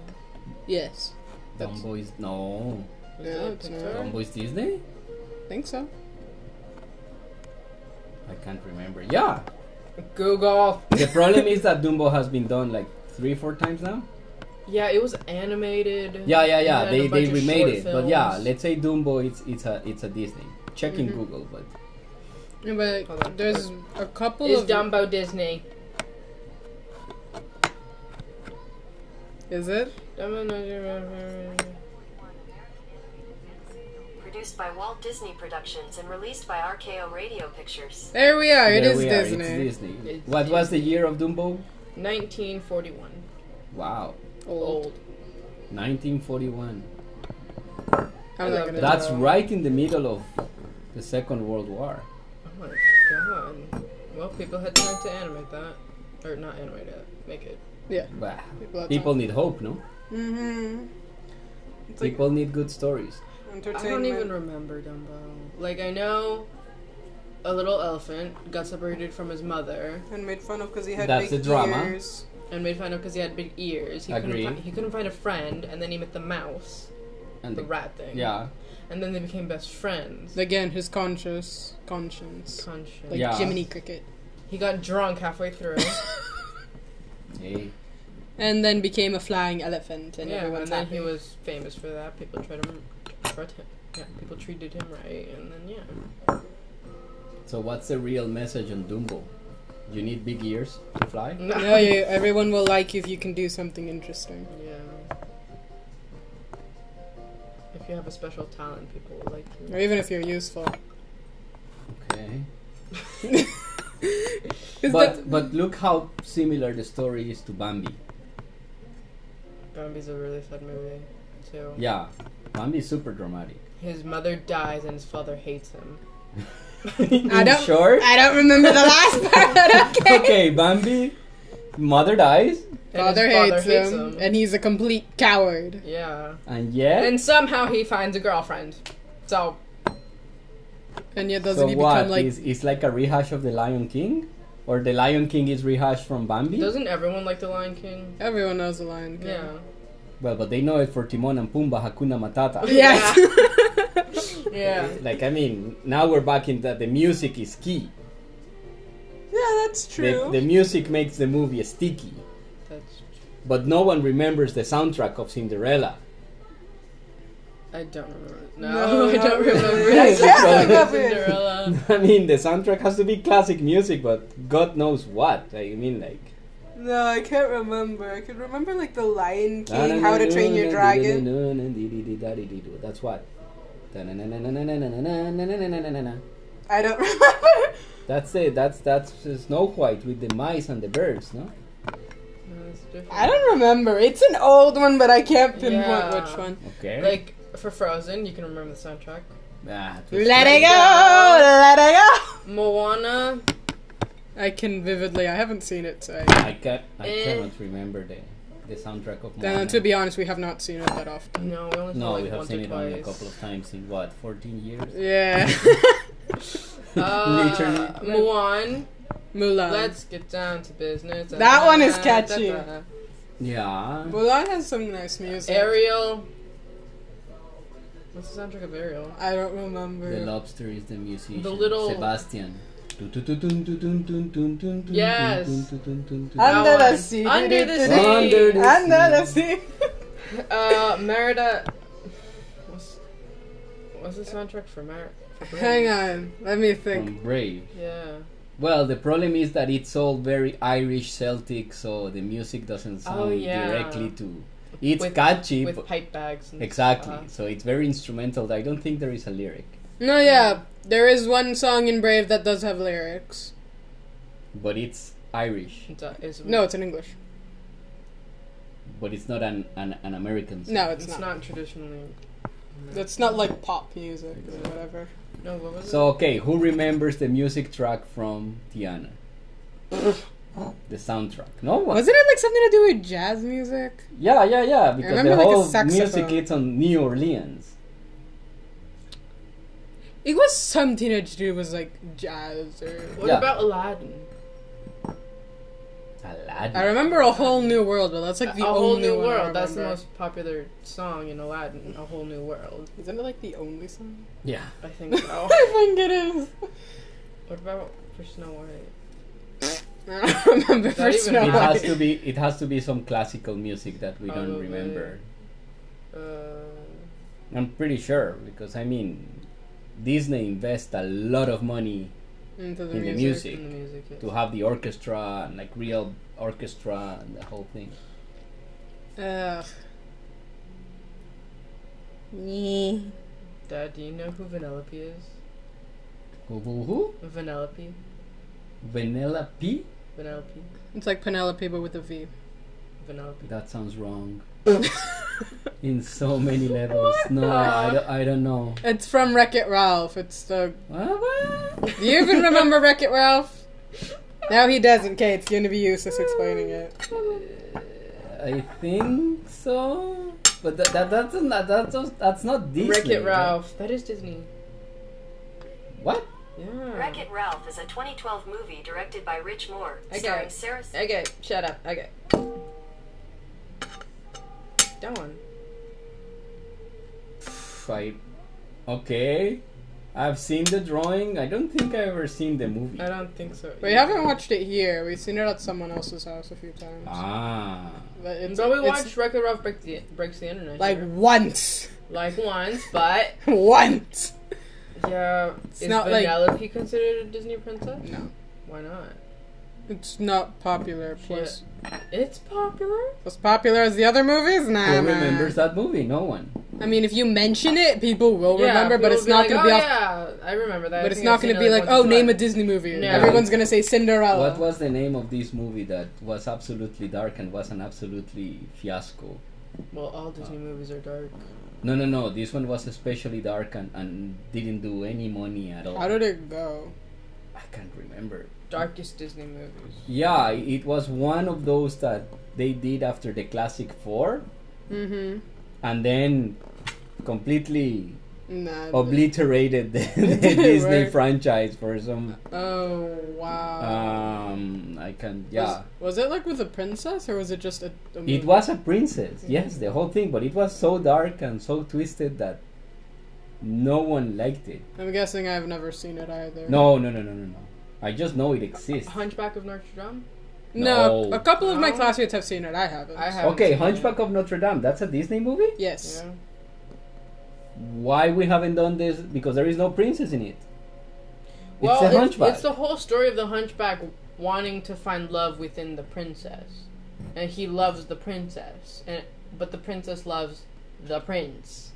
[SPEAKER 2] yes,
[SPEAKER 1] Dumbo is no.
[SPEAKER 3] Is
[SPEAKER 2] Yeah,
[SPEAKER 3] it
[SPEAKER 2] it's uh,
[SPEAKER 3] Pixar?
[SPEAKER 1] Dumbo is Disney.
[SPEAKER 2] I think so.
[SPEAKER 1] I can't remember. Yeah.
[SPEAKER 3] Google.
[SPEAKER 1] The problem is that Dumbo has been done like three, four times now.
[SPEAKER 3] Yeah, it was animated.
[SPEAKER 1] Yeah, yeah, yeah.
[SPEAKER 3] and then
[SPEAKER 1] They,
[SPEAKER 3] a
[SPEAKER 1] they
[SPEAKER 3] bunch of
[SPEAKER 1] remade
[SPEAKER 3] short
[SPEAKER 1] it, but yeah,
[SPEAKER 3] films. Mm-hmm.
[SPEAKER 1] let's say Dumbo. It's it's a it's a Disney. Check in Google, but
[SPEAKER 2] Yeah, but there's a couple
[SPEAKER 3] Is
[SPEAKER 2] of
[SPEAKER 3] Dumbo Disney?
[SPEAKER 2] Is it?
[SPEAKER 3] uh,
[SPEAKER 5] Produced by Walt Disney Productions and released by RKO Radio Pictures.
[SPEAKER 2] There we are. It
[SPEAKER 1] there
[SPEAKER 2] is
[SPEAKER 1] we are,
[SPEAKER 2] Disney.
[SPEAKER 1] It's Disney.
[SPEAKER 3] It's
[SPEAKER 1] what was the year of Dumbo?
[SPEAKER 3] 1941.
[SPEAKER 1] Wow,
[SPEAKER 3] Oh
[SPEAKER 2] Old.
[SPEAKER 1] 1941.
[SPEAKER 2] I'm not gonna.
[SPEAKER 1] That's
[SPEAKER 3] Wow.
[SPEAKER 1] right in the middle of the Second World War.
[SPEAKER 3] Oh my god. Well, people had time to animate that. Or not animate it, make it.
[SPEAKER 1] Bah.
[SPEAKER 2] People had
[SPEAKER 1] People need hope, no?
[SPEAKER 2] Mm-hmm. It's like
[SPEAKER 1] People need good stories.
[SPEAKER 2] entertainment.
[SPEAKER 3] I don't even remember Dumbo. Like, I know a little elephant got separated from his mother
[SPEAKER 2] and made fun of because he had
[SPEAKER 1] That's the
[SPEAKER 2] big
[SPEAKER 1] drama.
[SPEAKER 2] ears.
[SPEAKER 3] and made fun of because he had big ears. He
[SPEAKER 1] Agree.
[SPEAKER 3] couldn't, fi- he couldn't find a friend, and then he met the mouse,
[SPEAKER 1] And
[SPEAKER 3] the
[SPEAKER 1] the,
[SPEAKER 3] rat thing.
[SPEAKER 1] yeah,
[SPEAKER 3] And then they became best friends.
[SPEAKER 2] Again, his conscious conscience,
[SPEAKER 3] Conscience.
[SPEAKER 2] like
[SPEAKER 1] Yeah.
[SPEAKER 2] Jiminy Cricket,
[SPEAKER 3] He got drunk halfway through.
[SPEAKER 1] hey,
[SPEAKER 2] and then became a flying elephant, and
[SPEAKER 3] yeah, and
[SPEAKER 2] everyone's
[SPEAKER 3] then
[SPEAKER 2] happy.
[SPEAKER 3] he was famous for that. People tried to treat him. Yeah, people treated him right, and then yeah.
[SPEAKER 1] So what's the real message on Dumbo? You need big ears to fly.
[SPEAKER 2] no, you, everyone will like you if you can do something interesting.
[SPEAKER 3] Yeah. If you have a special talent, people will like
[SPEAKER 2] Or
[SPEAKER 3] you.
[SPEAKER 2] even if you're useful.
[SPEAKER 1] Okay.
[SPEAKER 2] Is
[SPEAKER 1] But
[SPEAKER 2] that-
[SPEAKER 1] but look how similar the story is to Bambi.
[SPEAKER 3] Bambi's a really sad movie, too.
[SPEAKER 1] Yeah, Bambi is super dramatic.
[SPEAKER 3] His mother dies, and his father hates him.
[SPEAKER 2] I don't.
[SPEAKER 1] Sure.
[SPEAKER 2] I don't remember the last part. but Okay.
[SPEAKER 1] okay, Bambi, mother dies,
[SPEAKER 3] And
[SPEAKER 2] Father,
[SPEAKER 3] his father
[SPEAKER 2] hates, him, and he's a complete coward.
[SPEAKER 3] yeah.
[SPEAKER 1] and yet.
[SPEAKER 3] And somehow he finds a girlfriend. So
[SPEAKER 2] And yet, doesn't
[SPEAKER 1] so
[SPEAKER 2] he
[SPEAKER 1] what?
[SPEAKER 2] become like?
[SPEAKER 1] is it's like a rehash of the Lion King, or the Lion King is rehashed from Bambi?
[SPEAKER 3] doesn't everyone like the Lion King?
[SPEAKER 2] Everyone knows the Lion King.
[SPEAKER 3] Yeah.
[SPEAKER 1] well, but they know it for Timon and Pumbaa, Hakuna Matata.
[SPEAKER 2] Yes.
[SPEAKER 3] Yeah.
[SPEAKER 1] Like I mean, now we're back in that the music is key.
[SPEAKER 2] yeah, that's
[SPEAKER 1] The, the music makes the movie sticky,
[SPEAKER 3] That's.
[SPEAKER 1] but no one remembers the soundtrack of Cinderella.
[SPEAKER 3] I don't remember.
[SPEAKER 2] No,
[SPEAKER 3] No, I
[SPEAKER 2] not
[SPEAKER 3] don't remember.
[SPEAKER 1] really. Exactly.
[SPEAKER 3] Cinderella.
[SPEAKER 1] I mean, the soundtrack has to be classic music, but God knows what. I mean, like
[SPEAKER 2] no, I can't remember. I could remember like the Lion King, How to Train Your Dragon.
[SPEAKER 1] That's what. That's
[SPEAKER 2] I don't remember.
[SPEAKER 1] it. That's that's Snow White with the mice and the birds, no?
[SPEAKER 3] No, it's different.
[SPEAKER 2] I don't remember. It's an old one, but I can't pinpoint
[SPEAKER 3] Yeah.
[SPEAKER 2] which one.
[SPEAKER 1] Okay.
[SPEAKER 3] Like for Frozen, you can remember the soundtrack.
[SPEAKER 1] ah, twist.
[SPEAKER 2] Let it go. Let it go.
[SPEAKER 3] Moana.
[SPEAKER 2] I can vividly. I haven't seen it, so. I...
[SPEAKER 1] I ca I
[SPEAKER 3] Eh.
[SPEAKER 1] cannot remember the the soundtrack of.
[SPEAKER 2] Uh,
[SPEAKER 1] Moana.
[SPEAKER 2] to be honest, we have not seen it that often.
[SPEAKER 3] No, we only saw
[SPEAKER 1] no,
[SPEAKER 3] like
[SPEAKER 1] we have
[SPEAKER 3] once
[SPEAKER 1] seen
[SPEAKER 3] or
[SPEAKER 1] it
[SPEAKER 3] twice.
[SPEAKER 1] only a couple of times in what, 14 years?
[SPEAKER 2] Yeah.
[SPEAKER 3] Uh,
[SPEAKER 1] Literally.
[SPEAKER 3] Mulan.
[SPEAKER 2] Mulan.
[SPEAKER 3] Let's get down to business.
[SPEAKER 2] Um, That one is catchy.
[SPEAKER 1] Yeah.
[SPEAKER 2] Mulan has some nice music.
[SPEAKER 3] Ariel. What's the soundtrack of Ariel?
[SPEAKER 2] I don't remember.
[SPEAKER 1] The lobster is the musician.
[SPEAKER 3] The little-
[SPEAKER 1] Sebastian. Yes.
[SPEAKER 3] Yes.
[SPEAKER 2] Under
[SPEAKER 3] That
[SPEAKER 2] the
[SPEAKER 3] one.
[SPEAKER 2] sea.
[SPEAKER 3] Under the sea.
[SPEAKER 1] Under the
[SPEAKER 2] Under the sea.
[SPEAKER 3] Uh, Merida. What's, what's the soundtrack for Merida?
[SPEAKER 2] Hang on. Let me think.
[SPEAKER 3] Um,
[SPEAKER 1] From Brave.
[SPEAKER 3] Yeah.
[SPEAKER 1] Well, the problem is that it's all very Irish Celtic, so the music doesn't sound
[SPEAKER 2] Oh,
[SPEAKER 3] yeah.
[SPEAKER 1] directly to. It's
[SPEAKER 3] With-
[SPEAKER 1] catchy,
[SPEAKER 3] With
[SPEAKER 1] but-
[SPEAKER 3] pipe bags. And
[SPEAKER 1] exactly.
[SPEAKER 2] uh,
[SPEAKER 3] stuff.
[SPEAKER 1] So it's very instrumental. I don't think there is a lyric,
[SPEAKER 2] No, yeah. There is one song in Brave that does have lyrics.
[SPEAKER 1] but it's Irish,
[SPEAKER 3] It's, uh, it's-
[SPEAKER 2] No, it's in English.
[SPEAKER 1] but it's not an an, an American. Song.
[SPEAKER 2] No, it's,
[SPEAKER 3] it's,
[SPEAKER 2] not.
[SPEAKER 3] not. traditionally.
[SPEAKER 2] It's not like pop music or whatever.
[SPEAKER 3] No, what was
[SPEAKER 1] So okay, who remembers the music track from Tiana? the soundtrack. No one.
[SPEAKER 2] Wasn't it like something to do with jazz music?
[SPEAKER 1] Yeah, yeah, yeah. Because
[SPEAKER 2] remember,
[SPEAKER 1] the
[SPEAKER 2] like, a
[SPEAKER 1] whole music
[SPEAKER 2] saxophone.
[SPEAKER 1] it's on New Orleans.
[SPEAKER 2] It was some teenage dude was like jazz or.
[SPEAKER 3] it? What
[SPEAKER 1] yeah.
[SPEAKER 3] about Aladdin?
[SPEAKER 1] Aladdin.
[SPEAKER 2] I remember a whole new world, but that's like
[SPEAKER 3] a
[SPEAKER 2] the
[SPEAKER 3] whole
[SPEAKER 2] only
[SPEAKER 3] new
[SPEAKER 2] one I
[SPEAKER 3] world. That's the
[SPEAKER 2] remember.
[SPEAKER 3] most popular song in Aladdin. A whole new world.
[SPEAKER 2] Isn't it like the only song?
[SPEAKER 1] Yeah.
[SPEAKER 3] I think so.
[SPEAKER 2] I think it is.
[SPEAKER 3] what about for Snow White?
[SPEAKER 2] I don't remember for
[SPEAKER 3] Not even
[SPEAKER 2] Snow
[SPEAKER 1] It has to
[SPEAKER 2] White.
[SPEAKER 1] be. It has to be some classical music that we don't
[SPEAKER 3] Probably.
[SPEAKER 1] remember.
[SPEAKER 3] Uh,
[SPEAKER 1] I'm pretty sure because I mean, Disney invests a lot of money
[SPEAKER 2] Into
[SPEAKER 1] in the music.
[SPEAKER 2] in the music, yes.
[SPEAKER 1] to have the orchestra and like real orchestra and the whole thing.
[SPEAKER 2] Ugh. Yeah.
[SPEAKER 3] Dad, do you know who Vanellope is?
[SPEAKER 1] Who who who?
[SPEAKER 3] Vanellope?
[SPEAKER 1] Vanilla P?
[SPEAKER 3] Vanellope?
[SPEAKER 2] It's like Penelope but with a V.
[SPEAKER 3] Vanellope.
[SPEAKER 1] That sounds wrong. in so many levels. No, I don't, I don't know.
[SPEAKER 2] It's from Wreck It Ralph. It's the.
[SPEAKER 1] What, what?
[SPEAKER 2] Do you even remember Wreck It Ralph? No, he doesn't, Kate. It's gonna be useless explaining it.
[SPEAKER 1] Uh, I think so. But that, that that's not that's just, that's not Disney.
[SPEAKER 3] Wreck It Ralph. That is Disney.
[SPEAKER 1] What?
[SPEAKER 3] Yeah.
[SPEAKER 5] Wreck It Ralph is a 2012 movie directed by Rich Moore,
[SPEAKER 3] Okay.
[SPEAKER 5] starring Sarah.
[SPEAKER 3] Okay, shut up. Okay. That one.
[SPEAKER 1] Pff, I okay. I've seen the drawing. I don't think I've ever seen the movie.
[SPEAKER 3] I don't think so.
[SPEAKER 2] We haven't watched it here. We've seen it at someone else's house a few times.
[SPEAKER 1] Ah.
[SPEAKER 2] But it's,
[SPEAKER 3] But we
[SPEAKER 2] it's
[SPEAKER 3] watched Wreck It Ralph break the, Breaks the Internet.
[SPEAKER 2] like
[SPEAKER 3] here.
[SPEAKER 2] once.
[SPEAKER 3] like once, but.
[SPEAKER 2] once!
[SPEAKER 3] Yeah. is
[SPEAKER 2] not like-
[SPEAKER 3] Vanellope considered a Disney princess?
[SPEAKER 2] No.
[SPEAKER 3] Why not?
[SPEAKER 2] It's not popular. Plus,
[SPEAKER 3] It's popular.
[SPEAKER 2] as popular as the other movies? Nah,
[SPEAKER 1] Who
[SPEAKER 2] man.
[SPEAKER 1] remembers that movie? No one.
[SPEAKER 2] I mean, if you mention it, people will remember, but
[SPEAKER 3] people
[SPEAKER 2] it's
[SPEAKER 3] will
[SPEAKER 2] not
[SPEAKER 3] like,
[SPEAKER 2] gonna be
[SPEAKER 3] oh,
[SPEAKER 2] off.
[SPEAKER 3] Yeah, I remember that. I
[SPEAKER 2] But it's
[SPEAKER 3] think
[SPEAKER 2] not
[SPEAKER 3] I've seen
[SPEAKER 2] going to
[SPEAKER 3] it,
[SPEAKER 2] be like, oh,
[SPEAKER 3] once or
[SPEAKER 2] name a
[SPEAKER 3] twice."
[SPEAKER 2] Disney movie.
[SPEAKER 3] No.
[SPEAKER 2] Everyone's going to say Cinderella.
[SPEAKER 1] What was the name of this movie that was absolutely dark and was an absolutely fiasco?
[SPEAKER 3] Well, all Disney movies are dark.
[SPEAKER 1] No, no, no. This one was especially dark and, and didn't do any money at all.
[SPEAKER 2] How did it go?
[SPEAKER 1] I can't remember.
[SPEAKER 3] Darkest Disney movies.
[SPEAKER 1] Yeah, it was one of those that they did after the classic four,
[SPEAKER 2] Mm-hmm.
[SPEAKER 1] and then completely
[SPEAKER 2] Nah.
[SPEAKER 1] obliterated the, the Disney
[SPEAKER 2] Right.
[SPEAKER 1] franchise for some.
[SPEAKER 2] oh, wow.
[SPEAKER 1] Um, I can. Yeah,
[SPEAKER 2] Was it like with a princess or was it just a, a movie?
[SPEAKER 1] it was a princess. Yes, the whole thing, but it was so dark and so twisted that no one liked it.
[SPEAKER 2] I'm guessing I've never seen it either.
[SPEAKER 1] No, no, no, no, no, no. I just know it exists.
[SPEAKER 3] Hunchback of Notre Dame.
[SPEAKER 2] No.
[SPEAKER 1] No.
[SPEAKER 2] A couple of my
[SPEAKER 3] No?
[SPEAKER 2] classmates have seen it. I haven't.
[SPEAKER 3] I haven't
[SPEAKER 1] Okay,
[SPEAKER 3] seen
[SPEAKER 1] Hunchback of Notre Dame. That's a Disney movie.
[SPEAKER 3] It.
[SPEAKER 2] Yes.
[SPEAKER 3] Yeah.
[SPEAKER 1] Why we haven't done this? Because there is no princess in it.
[SPEAKER 3] Well,
[SPEAKER 1] it's a hunchback.
[SPEAKER 3] it's the whole story of the hunchback wanting to find love within the princess, and he loves the princess, and but the princess loves the prince.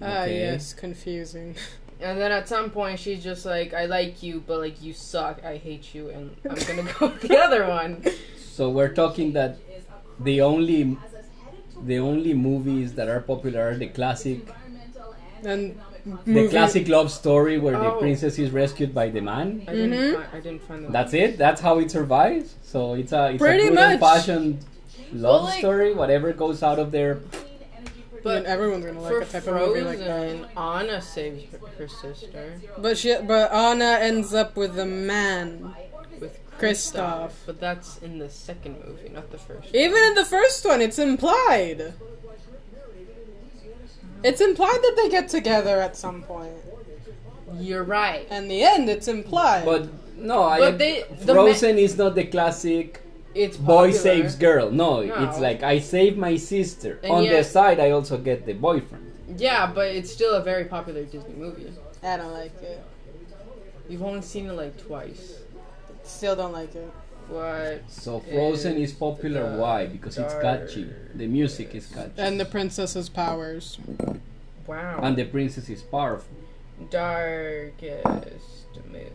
[SPEAKER 2] Ah,
[SPEAKER 1] Okay.
[SPEAKER 2] yes. Confusing.
[SPEAKER 3] And then at some point she's just like, I like you, but like you suck, I hate you, and I'm gonna go with the other one.
[SPEAKER 1] So we're talking that the only the only movies that are popular are the classic
[SPEAKER 2] And
[SPEAKER 1] the classic love story where the
[SPEAKER 3] Oh.
[SPEAKER 1] princess is rescued by the man.
[SPEAKER 3] I didn't,
[SPEAKER 2] Mhm.
[SPEAKER 3] fi- I didn't find the
[SPEAKER 1] That's it. That's how it survives. So it's a it's
[SPEAKER 2] Pretty
[SPEAKER 1] a good
[SPEAKER 2] much.
[SPEAKER 1] old fashioned love
[SPEAKER 3] like-
[SPEAKER 1] story. Whatever goes out of there.
[SPEAKER 2] But
[SPEAKER 3] But
[SPEAKER 2] everyone's going to like
[SPEAKER 3] for
[SPEAKER 2] a type
[SPEAKER 3] Frozen,
[SPEAKER 2] of movie like that.
[SPEAKER 3] Anna saves her sister
[SPEAKER 2] But she, but Anna ends up with a man,
[SPEAKER 3] with
[SPEAKER 2] Kristoff.
[SPEAKER 3] but that's in the second movie, not the first.
[SPEAKER 2] Even in the first one, it's implied. It's implied that they get together at some point.
[SPEAKER 3] You're right.
[SPEAKER 2] In the end, it's implied.
[SPEAKER 1] But no, I
[SPEAKER 3] But they- the ma-
[SPEAKER 1] Frozen is not the classic
[SPEAKER 3] It's
[SPEAKER 1] boy
[SPEAKER 3] popular.
[SPEAKER 1] saves girl. No,
[SPEAKER 3] No.
[SPEAKER 1] it's like I save my sister.
[SPEAKER 3] And
[SPEAKER 1] On the
[SPEAKER 3] yet-
[SPEAKER 1] side, I also get the boyfriend.
[SPEAKER 3] Yeah, but it's still a very popular Disney movie.
[SPEAKER 2] I don't like it.
[SPEAKER 3] You've only seen it like twice.
[SPEAKER 2] Still don't like it.
[SPEAKER 3] What?
[SPEAKER 1] So Frozen is
[SPEAKER 3] It's
[SPEAKER 1] popular.
[SPEAKER 3] the
[SPEAKER 1] Why? Because it's catchy. The music is catchy,
[SPEAKER 2] And the princess's powers.
[SPEAKER 3] Wow.
[SPEAKER 1] and the princess is powerful.
[SPEAKER 3] darkest movie.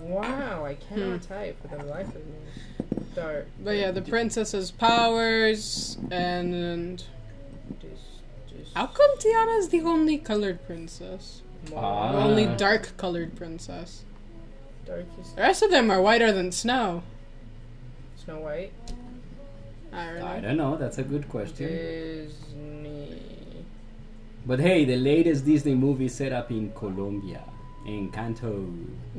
[SPEAKER 3] Wow, I cannot
[SPEAKER 2] Hmm.
[SPEAKER 3] type for the life of me. Dark.
[SPEAKER 2] But yeah, the princess's powers and.
[SPEAKER 3] dis- dis-
[SPEAKER 2] How come Tiana's the only colored princess?
[SPEAKER 1] Ah.
[SPEAKER 2] Only dark colored princess.
[SPEAKER 3] darkest
[SPEAKER 2] The rest of them are whiter than snow.
[SPEAKER 3] Snow White.
[SPEAKER 2] I don't know.
[SPEAKER 1] I don't know. That's a good question.
[SPEAKER 3] Disney.
[SPEAKER 1] But hey, the latest Disney movie set up in Colombia, Encanto.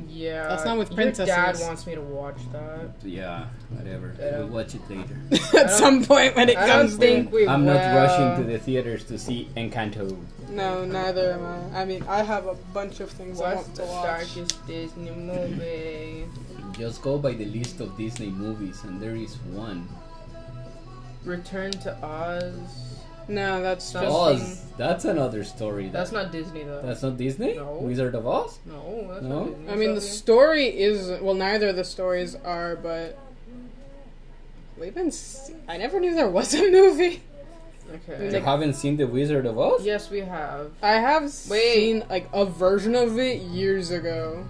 [SPEAKER 3] Yeah.
[SPEAKER 2] That's not with
[SPEAKER 3] Your dad
[SPEAKER 2] princesses.
[SPEAKER 3] wants me to watch that.
[SPEAKER 1] Yeah, whatever.
[SPEAKER 3] Yeah.
[SPEAKER 1] We'll watch it later.
[SPEAKER 2] At some point when it
[SPEAKER 3] I don't
[SPEAKER 2] comes to
[SPEAKER 3] think we
[SPEAKER 1] I'm not
[SPEAKER 3] will.
[SPEAKER 1] rushing to the theaters to see Encanto.
[SPEAKER 2] No, neither am I. I mean, I have a bunch of things I
[SPEAKER 3] What's
[SPEAKER 2] want to
[SPEAKER 3] the
[SPEAKER 2] watch.
[SPEAKER 3] darkest Disney movie?
[SPEAKER 1] Just go by the list of Disney movies, and there is one.
[SPEAKER 3] Return to Oz.
[SPEAKER 2] No, that's just.
[SPEAKER 1] Oz. That's another story. that-
[SPEAKER 3] That's not Disney though.
[SPEAKER 1] That's not Disney.
[SPEAKER 3] No.
[SPEAKER 1] Wizard of Oz.
[SPEAKER 3] no, that's
[SPEAKER 1] No?
[SPEAKER 3] not Disney.
[SPEAKER 2] I mean, the
[SPEAKER 3] Sorry.
[SPEAKER 2] story is well. Neither of the stories are, but we've been. Se- I never knew there was a movie.
[SPEAKER 1] You
[SPEAKER 3] Okay.
[SPEAKER 1] haven't seen the Wizard of Oz?
[SPEAKER 3] Yes, we have.
[SPEAKER 2] I have
[SPEAKER 3] Wait.
[SPEAKER 2] seen like a version of it years ago.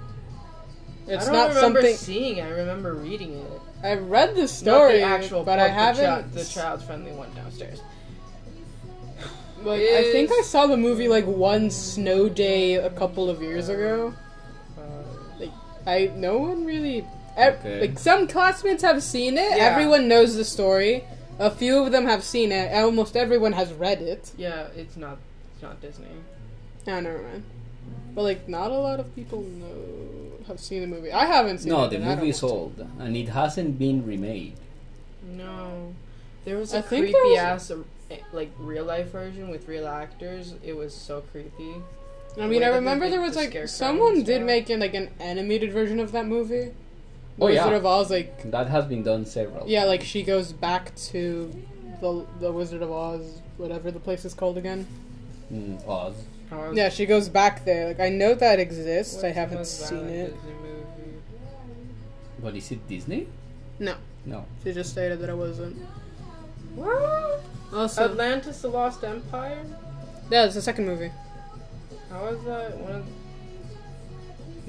[SPEAKER 2] It's
[SPEAKER 3] I don't
[SPEAKER 2] not
[SPEAKER 3] remember
[SPEAKER 2] something
[SPEAKER 3] seeing it. I remember reading it.
[SPEAKER 2] I read the
[SPEAKER 3] Not
[SPEAKER 2] story,
[SPEAKER 3] the actual
[SPEAKER 2] but I
[SPEAKER 3] book, the chi-
[SPEAKER 2] haven't.
[SPEAKER 3] the child's friendly one downstairs.
[SPEAKER 2] Like, I think I
[SPEAKER 3] is-
[SPEAKER 2] saw the movie like one snow day a couple of years ago.
[SPEAKER 3] Uh,
[SPEAKER 2] I no one really. ev-
[SPEAKER 1] Okay.
[SPEAKER 2] Like some classmates have seen it.
[SPEAKER 3] Yeah.
[SPEAKER 2] Everyone knows the story. A few of them have seen it. Almost everyone has read it.
[SPEAKER 3] yeah, it's not. It's not Disney. Oh,
[SPEAKER 2] No, never mind. But like, not a lot of people know have seen the movie. I haven't seen
[SPEAKER 1] No,
[SPEAKER 2] it.
[SPEAKER 1] the
[SPEAKER 2] and I
[SPEAKER 1] movie is
[SPEAKER 2] don't-
[SPEAKER 1] old, and it hasn't been remade.
[SPEAKER 3] No, there was
[SPEAKER 2] I
[SPEAKER 3] a
[SPEAKER 2] think
[SPEAKER 3] creepy
[SPEAKER 2] there was-
[SPEAKER 3] ass uh, like real life version with real actors. It was so creepy.
[SPEAKER 2] I mean,
[SPEAKER 3] Wait,
[SPEAKER 2] I
[SPEAKER 3] did they
[SPEAKER 2] remember
[SPEAKER 3] make
[SPEAKER 2] there
[SPEAKER 3] the
[SPEAKER 2] was like
[SPEAKER 3] Scarecrow
[SPEAKER 2] someone
[SPEAKER 3] as
[SPEAKER 2] did
[SPEAKER 3] well?
[SPEAKER 2] make an, like an animated version of that movie.
[SPEAKER 1] Oh, yeah.
[SPEAKER 2] Wizard of Oz, like
[SPEAKER 1] That has been done several.
[SPEAKER 2] Yeah, like she goes back to the the Wizard of Oz, whatever the place is called again.
[SPEAKER 1] Mm, Oz.
[SPEAKER 3] I was-
[SPEAKER 2] Yeah, she goes back there. Like I know that exists.
[SPEAKER 3] What's
[SPEAKER 2] I
[SPEAKER 3] the
[SPEAKER 2] haven't
[SPEAKER 3] most
[SPEAKER 2] seen
[SPEAKER 3] violent
[SPEAKER 2] it.
[SPEAKER 3] Disney movie?
[SPEAKER 1] But is it Disney?
[SPEAKER 2] No,
[SPEAKER 1] No.
[SPEAKER 2] she just stated that it wasn't.
[SPEAKER 3] What?
[SPEAKER 2] Also,
[SPEAKER 3] Atlantis: The Lost Empire.
[SPEAKER 2] yeah, it's the second movie.
[SPEAKER 3] How is that one? Of,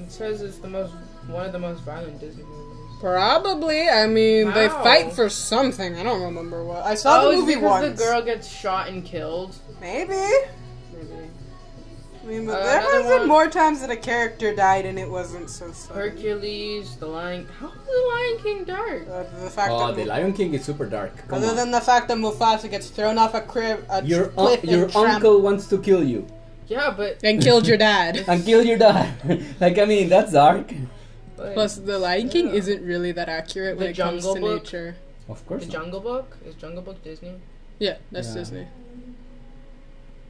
[SPEAKER 3] it says it's the most one of the most violent Disney movies.
[SPEAKER 2] Probably. I mean, they
[SPEAKER 3] Wow.
[SPEAKER 2] fight for something. I don't remember what. I saw Oh, the
[SPEAKER 3] it's
[SPEAKER 2] movie
[SPEAKER 3] Oh, because
[SPEAKER 2] once.
[SPEAKER 3] the girl gets shot and killed.
[SPEAKER 2] Maybe.
[SPEAKER 3] Maybe.
[SPEAKER 2] I mean,
[SPEAKER 3] but Uh, there another has been one. more
[SPEAKER 2] times that a character died and it wasn't so
[SPEAKER 3] Hercules, The Lion. How is The Lion King dark?
[SPEAKER 2] Uh, the fact
[SPEAKER 1] Oh, The Lion King is super dark. Come on.
[SPEAKER 2] the fact that Mufasa gets thrown off a crib, a
[SPEAKER 1] your un- your uncle wants to kill you
[SPEAKER 3] Yeah, but
[SPEAKER 2] and killed your dad.
[SPEAKER 1] and kill your dad. like I mean, that's dark.
[SPEAKER 3] like,
[SPEAKER 2] Plus, The Lion King
[SPEAKER 3] Yeah.
[SPEAKER 2] isn't really that accurate when
[SPEAKER 3] The
[SPEAKER 2] it comes
[SPEAKER 3] Jungle
[SPEAKER 2] to
[SPEAKER 3] Book?
[SPEAKER 2] nature.
[SPEAKER 1] Of course.
[SPEAKER 3] The
[SPEAKER 1] not.
[SPEAKER 3] Jungle Book is Jungle Book Disney.
[SPEAKER 2] Yeah, that's
[SPEAKER 1] Yeah.
[SPEAKER 2] Disney.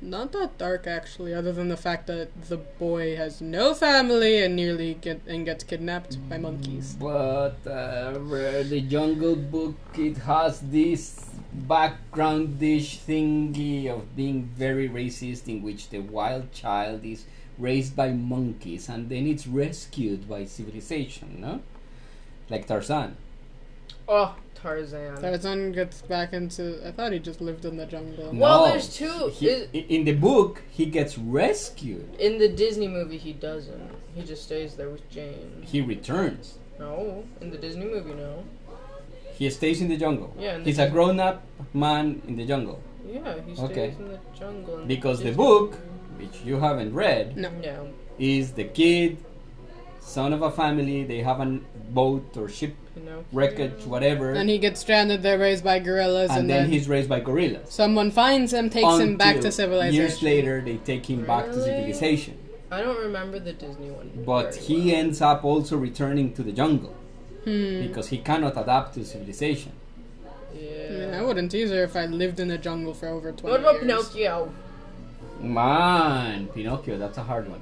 [SPEAKER 2] Not that dark, actually, other than the fact that the boy has no family and nearly get and gets kidnapped by monkeys.
[SPEAKER 1] But uh, where the Jungle Book, it has this background dish thingy of being very racist, in which the wild child is raised by monkeys and then it's rescued by civilization, no? Like Tarzan.
[SPEAKER 3] Oh, Tarzan.
[SPEAKER 2] Tarzan gets back into. I thought he just lived in the jungle.
[SPEAKER 3] Well,
[SPEAKER 1] No,
[SPEAKER 3] there's two-
[SPEAKER 1] he-
[SPEAKER 3] is-
[SPEAKER 1] i- in the book, he gets rescued.
[SPEAKER 3] In the Disney movie, he doesn't. He just stays there with Jane.
[SPEAKER 1] He returns.
[SPEAKER 3] No, in the Disney movie, no.
[SPEAKER 1] He stays in the jungle.
[SPEAKER 3] Yeah, in the
[SPEAKER 1] He's a grown up man in the jungle.
[SPEAKER 3] Yeah, he stays
[SPEAKER 1] Okay.
[SPEAKER 3] in the jungle. in
[SPEAKER 1] Because the
[SPEAKER 3] Disney
[SPEAKER 1] book,
[SPEAKER 3] movie.
[SPEAKER 1] which you haven't read,
[SPEAKER 2] No.
[SPEAKER 3] No.
[SPEAKER 1] is the kid, son of a family. They have a boat or ship
[SPEAKER 3] No.
[SPEAKER 1] wreckage, whatever,
[SPEAKER 2] And he gets stranded there, raised by gorillas,
[SPEAKER 1] and
[SPEAKER 2] and,
[SPEAKER 1] then,
[SPEAKER 2] then,
[SPEAKER 1] he's raised by gorillas.
[SPEAKER 2] someone finds him, takes him back
[SPEAKER 1] Until
[SPEAKER 2] to civilization.
[SPEAKER 1] Years later, they take him back to
[SPEAKER 3] Really?
[SPEAKER 1] civilization,
[SPEAKER 3] I don't remember the Disney one.
[SPEAKER 1] but
[SPEAKER 3] very
[SPEAKER 1] he
[SPEAKER 3] well.
[SPEAKER 1] ends up also returning to the jungle
[SPEAKER 2] Hmm.
[SPEAKER 1] because he cannot adapt to civilization.
[SPEAKER 2] I, mean,
[SPEAKER 3] Yeah.
[SPEAKER 2] I wouldn't tease her if I lived in the jungle for over 20
[SPEAKER 3] What about
[SPEAKER 2] years.
[SPEAKER 3] Pinocchio?
[SPEAKER 1] Man, Pinocchio, that's a hard one.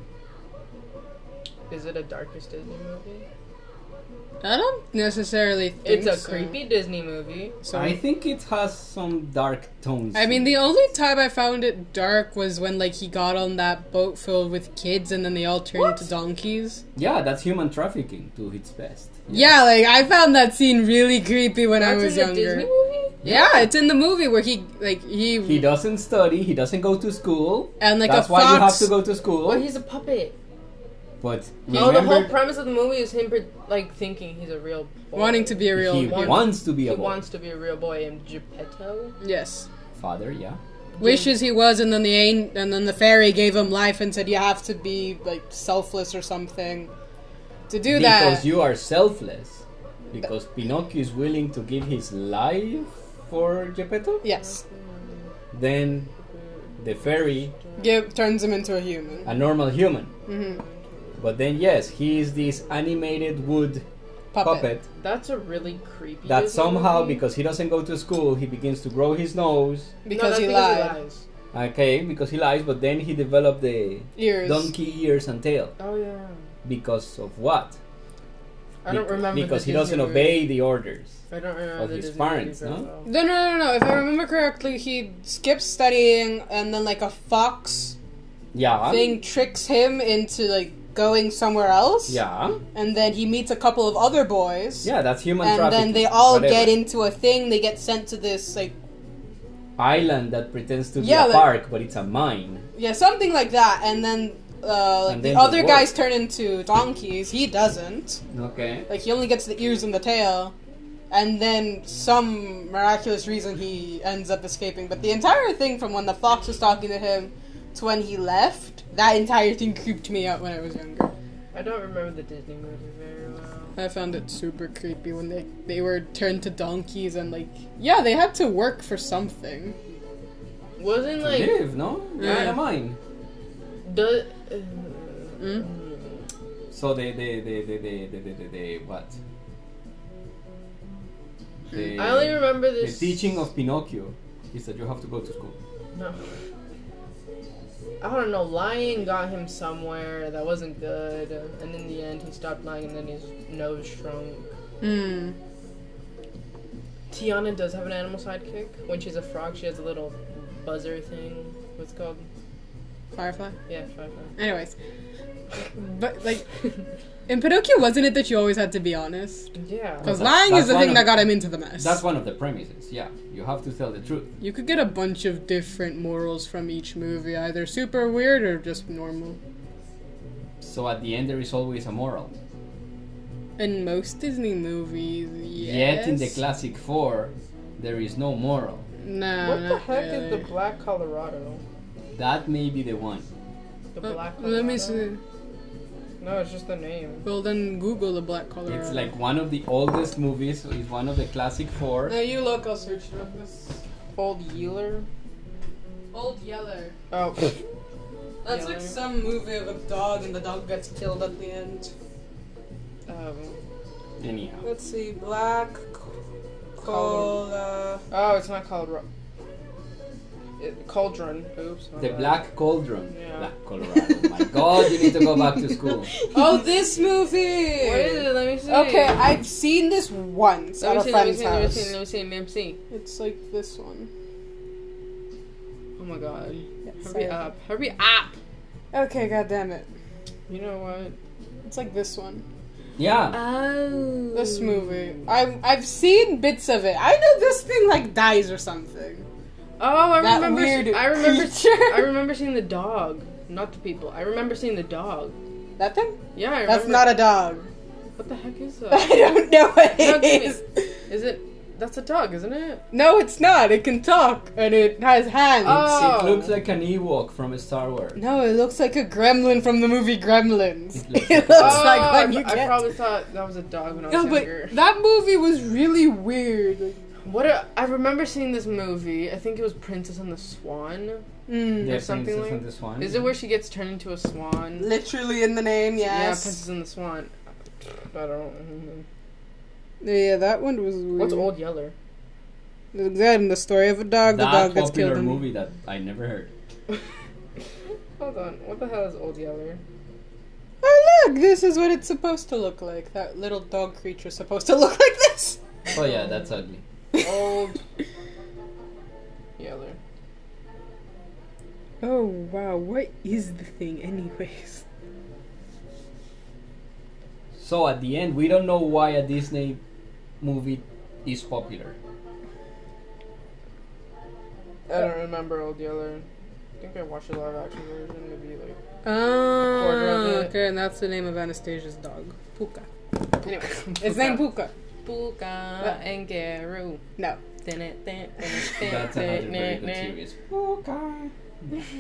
[SPEAKER 3] Is it a darkest Disney movie?
[SPEAKER 2] I don't necessarily think
[SPEAKER 3] It's a
[SPEAKER 2] so.
[SPEAKER 3] creepy Disney movie.
[SPEAKER 2] So
[SPEAKER 1] I think it has some dark tones.
[SPEAKER 2] I mean,
[SPEAKER 1] to
[SPEAKER 2] the only time I found it dark was when like he got on that boat filled with kids, and then they all turned into donkeys.
[SPEAKER 1] it. yeah, that's human trafficking to its best.
[SPEAKER 2] Yeah, like I found that scene really creepy when I
[SPEAKER 3] That's
[SPEAKER 2] was
[SPEAKER 3] in
[SPEAKER 2] younger.
[SPEAKER 3] the Disney movie?
[SPEAKER 2] Yeah, it's in the movie where he like he,
[SPEAKER 1] He doesn't study. He doesn't go to school.
[SPEAKER 2] And like a
[SPEAKER 1] that's why you have
[SPEAKER 2] fox-
[SPEAKER 1] to go to school.
[SPEAKER 3] Well, he's a puppet.
[SPEAKER 1] But
[SPEAKER 3] No, Oh, the whole
[SPEAKER 1] remember,
[SPEAKER 3] premise of the movie is him pre- like thinking he's a real boy.
[SPEAKER 2] wanting to be a real
[SPEAKER 1] he
[SPEAKER 2] boy.
[SPEAKER 1] wants to be
[SPEAKER 3] He
[SPEAKER 1] a boy.
[SPEAKER 3] wants to be a real boy and Geppetto.
[SPEAKER 2] yes.
[SPEAKER 1] father. Yeah,
[SPEAKER 2] Wishes he was, and then the an- and then the fairy gave him life and said you have to be like selfless or something to do
[SPEAKER 1] because
[SPEAKER 2] that.
[SPEAKER 1] you are selfless. Because Pinocchio is willing to give his life for Geppetto.
[SPEAKER 2] yes,
[SPEAKER 1] Then the fairy,
[SPEAKER 2] Give, turns him into a human.
[SPEAKER 1] a normal human.
[SPEAKER 2] hmm
[SPEAKER 1] But then yes, he is this animated wood
[SPEAKER 2] Puppet.
[SPEAKER 1] puppet
[SPEAKER 3] That's a really creepy.
[SPEAKER 1] that
[SPEAKER 3] Disney
[SPEAKER 1] somehow,
[SPEAKER 3] movie.
[SPEAKER 1] because he doesn't go to school, he begins to grow his nose.
[SPEAKER 3] No,
[SPEAKER 2] because
[SPEAKER 3] that's
[SPEAKER 2] he
[SPEAKER 3] because
[SPEAKER 2] lied.
[SPEAKER 3] lies.
[SPEAKER 1] Okay, because he lies, but then he developed the
[SPEAKER 2] Ears.
[SPEAKER 1] donkey ears and tail
[SPEAKER 3] Oh yeah.
[SPEAKER 1] because of what?
[SPEAKER 3] I don't
[SPEAKER 1] Bec-
[SPEAKER 3] remember
[SPEAKER 1] because
[SPEAKER 3] the
[SPEAKER 1] he doesn't
[SPEAKER 3] Disney
[SPEAKER 1] obey the orders.
[SPEAKER 3] I don't remember
[SPEAKER 1] Of
[SPEAKER 3] the
[SPEAKER 1] his
[SPEAKER 3] Disney
[SPEAKER 1] parents,
[SPEAKER 3] movie very
[SPEAKER 1] no?
[SPEAKER 3] well.
[SPEAKER 2] No, no, no, no. If I remember correctly, he skips studying, and then like a fox
[SPEAKER 1] Yeah.
[SPEAKER 2] thing tricks him into like going somewhere else.
[SPEAKER 1] Yeah.
[SPEAKER 2] And then he meets a couple of other boys.
[SPEAKER 1] Yeah, that's human
[SPEAKER 2] And
[SPEAKER 1] trafficking.
[SPEAKER 2] then they all
[SPEAKER 1] whatever.
[SPEAKER 2] get into a thing. They get sent to this like
[SPEAKER 1] Island that pretends to be
[SPEAKER 2] Yeah,
[SPEAKER 1] a
[SPEAKER 2] like-
[SPEAKER 1] park, but it's a mine.
[SPEAKER 2] yeah something like that. And then uh, like
[SPEAKER 1] And
[SPEAKER 2] the
[SPEAKER 1] then
[SPEAKER 2] other
[SPEAKER 1] they
[SPEAKER 2] guys turn into donkeys. He doesn't.
[SPEAKER 1] Okay.
[SPEAKER 2] Like he only gets the ears and the tail, and then some miraculous reason he ends up escaping. But the entire thing from when the fox was talking to him to when he left, that entire thing creeped me out when I was younger.
[SPEAKER 3] I don't remember the Disney movie very well.
[SPEAKER 2] I found it super creepy when they they were turned to donkeys and like yeah, they had to work for something.
[SPEAKER 3] Wasn't like
[SPEAKER 1] Live, no? You're in a mine.
[SPEAKER 3] the
[SPEAKER 2] Mm-hmm.
[SPEAKER 1] So they they they they they they, they, they, they what? The,
[SPEAKER 3] I only remember
[SPEAKER 1] the
[SPEAKER 3] this
[SPEAKER 1] teaching of Pinocchio is that you have to go to school.
[SPEAKER 3] No. I don't know. Lying got him somewhere that wasn't good, and in the end, he stopped lying, and then his nose shrunk.
[SPEAKER 2] Hmm.
[SPEAKER 3] Tiana does have an animal sidekick. When she's a frog, she has a little buzzer thing. What's it called?
[SPEAKER 2] Firefly.
[SPEAKER 3] Yeah, firefly.
[SPEAKER 2] Anyways, but like in Pinocchio, wasn't it that you always had to be honest?
[SPEAKER 3] yeah.
[SPEAKER 1] Cause
[SPEAKER 2] Because
[SPEAKER 1] Well, that's-
[SPEAKER 2] lying is
[SPEAKER 1] that's
[SPEAKER 2] the
[SPEAKER 1] one
[SPEAKER 2] thing
[SPEAKER 1] of-
[SPEAKER 2] that got him into the mess.
[SPEAKER 1] That's one of the premises. Yeah, you have to tell the truth.
[SPEAKER 2] You could get a bunch of different morals from each movie, either super weird or just normal.
[SPEAKER 1] So at the end, there is always a moral.
[SPEAKER 2] In most Disney movies, yes.
[SPEAKER 1] Yet in the classic four, there is no moral.
[SPEAKER 2] No,
[SPEAKER 3] What the
[SPEAKER 2] not
[SPEAKER 3] heck
[SPEAKER 2] really.
[SPEAKER 3] is the Black Colorado?
[SPEAKER 1] That may be the one.
[SPEAKER 3] The
[SPEAKER 2] Uh,
[SPEAKER 3] Black Colorado.
[SPEAKER 2] Let me see.
[SPEAKER 3] No, it's just the name.
[SPEAKER 2] Well, then Google the Black Color.
[SPEAKER 1] It's like one of the oldest movies. It's one of the classic four.
[SPEAKER 2] No, you look, I'll search it up. It's
[SPEAKER 3] Old Yeeler.
[SPEAKER 2] Old Yeller.
[SPEAKER 3] Oh.
[SPEAKER 2] That's
[SPEAKER 3] Yeller.
[SPEAKER 2] like some movie of a dog and the dog gets killed at the end.
[SPEAKER 3] um,
[SPEAKER 1] Anyhow,
[SPEAKER 2] Let's see. Black
[SPEAKER 3] Cola.
[SPEAKER 2] Cola.
[SPEAKER 3] oh, it's not Colorado. It, Cauldron. Oops. my
[SPEAKER 1] the
[SPEAKER 3] bad.
[SPEAKER 1] Black Cauldron.
[SPEAKER 3] Yeah.
[SPEAKER 1] Black Colorado. My God, you need to go back to school.
[SPEAKER 2] oh, this movie!
[SPEAKER 3] What is it? Let me see.
[SPEAKER 2] Okay, I've seen this once at
[SPEAKER 3] Let me
[SPEAKER 2] a
[SPEAKER 3] see. Let me
[SPEAKER 2] friend's
[SPEAKER 3] see. Let me
[SPEAKER 2] house.
[SPEAKER 3] see. Let me see. Let me see.
[SPEAKER 2] It's like this one.
[SPEAKER 3] Oh my god.
[SPEAKER 2] Yeah,
[SPEAKER 3] Hurry
[SPEAKER 2] sorry.
[SPEAKER 3] up. Hurry up.
[SPEAKER 2] Okay, god damn it.
[SPEAKER 3] You know what?
[SPEAKER 2] It's like this one.
[SPEAKER 1] Yeah.
[SPEAKER 3] Oh.
[SPEAKER 2] This movie. I've I've seen bits of it. I know this thing like dies or something.
[SPEAKER 3] Oh, I
[SPEAKER 2] That
[SPEAKER 3] remember.
[SPEAKER 2] weird
[SPEAKER 3] I remember.
[SPEAKER 2] creature.
[SPEAKER 3] I remember seeing the dog, not the people. I remember seeing the dog.
[SPEAKER 2] That thing?
[SPEAKER 3] Yeah, I remember.
[SPEAKER 2] That's not a dog.
[SPEAKER 3] What the heck is
[SPEAKER 2] I
[SPEAKER 3] that?
[SPEAKER 2] don't know what
[SPEAKER 3] No,
[SPEAKER 2] it
[SPEAKER 3] give me-
[SPEAKER 2] is.
[SPEAKER 3] is it? That's a dog, isn't it?
[SPEAKER 2] No, it's not. It can talk and it has hands.
[SPEAKER 1] It's-
[SPEAKER 2] Uh,
[SPEAKER 3] Oh.
[SPEAKER 1] It looks like an Ewok from Star Wars.
[SPEAKER 2] No, it looks like a gremlin from the movie Gremlins.
[SPEAKER 1] It looks
[SPEAKER 2] It looks
[SPEAKER 1] Oh,
[SPEAKER 2] like
[SPEAKER 3] I,
[SPEAKER 2] when you
[SPEAKER 3] I
[SPEAKER 2] get.
[SPEAKER 3] probably thought that was a dog when I was
[SPEAKER 2] No, but
[SPEAKER 3] younger.
[SPEAKER 2] that movie was really weird.
[SPEAKER 3] What a, I remember seeing this movie. I think it was Princess and the Swan.
[SPEAKER 2] Mm.
[SPEAKER 1] The
[SPEAKER 3] Or something
[SPEAKER 1] Princess
[SPEAKER 3] like-
[SPEAKER 1] and the Swan.
[SPEAKER 3] Is it where she gets turned into a swan?
[SPEAKER 2] Literally in the name,
[SPEAKER 3] Yeah,
[SPEAKER 2] yes.
[SPEAKER 3] Princess and the Swan. I don't.
[SPEAKER 2] Yeah, that one was weird.
[SPEAKER 3] What's Old Yeller?
[SPEAKER 2] That and the story of a dog, the
[SPEAKER 1] that
[SPEAKER 2] dog gets
[SPEAKER 1] popular
[SPEAKER 2] killed. in-
[SPEAKER 1] movie that I never heard?
[SPEAKER 3] Hold on. What the hell is Old Yeller?
[SPEAKER 2] Oh look, this is what it's supposed to look like. That little dog creature's supposed to look like this.
[SPEAKER 1] Oh yeah, that's ugly.
[SPEAKER 3] Old Yeller.
[SPEAKER 2] Oh wow, what is the thing, anyways?
[SPEAKER 1] So at the end, we don't know why a Disney movie is popular.
[SPEAKER 3] I don't remember Old Yeller. I think I watched a live action version. Maybe like. Quarter of
[SPEAKER 2] Oh,
[SPEAKER 3] it.
[SPEAKER 2] okay, and that's the name of Anastasia's dog, Puka.
[SPEAKER 3] Anyway,
[SPEAKER 2] It's named Puka.
[SPEAKER 3] Puka and Garu.
[SPEAKER 2] No,
[SPEAKER 1] That's another very good series.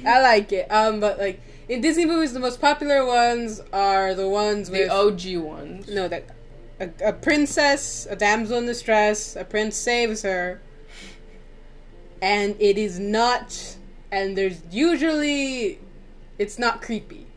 [SPEAKER 2] I like it. Um, but like in Disney movies, the most popular ones are the ones
[SPEAKER 3] The
[SPEAKER 2] with
[SPEAKER 3] OG ones.
[SPEAKER 2] No, that a, a princess, a damsel in distress, a prince saves her, and it is not. And there's usually, it's not creepy.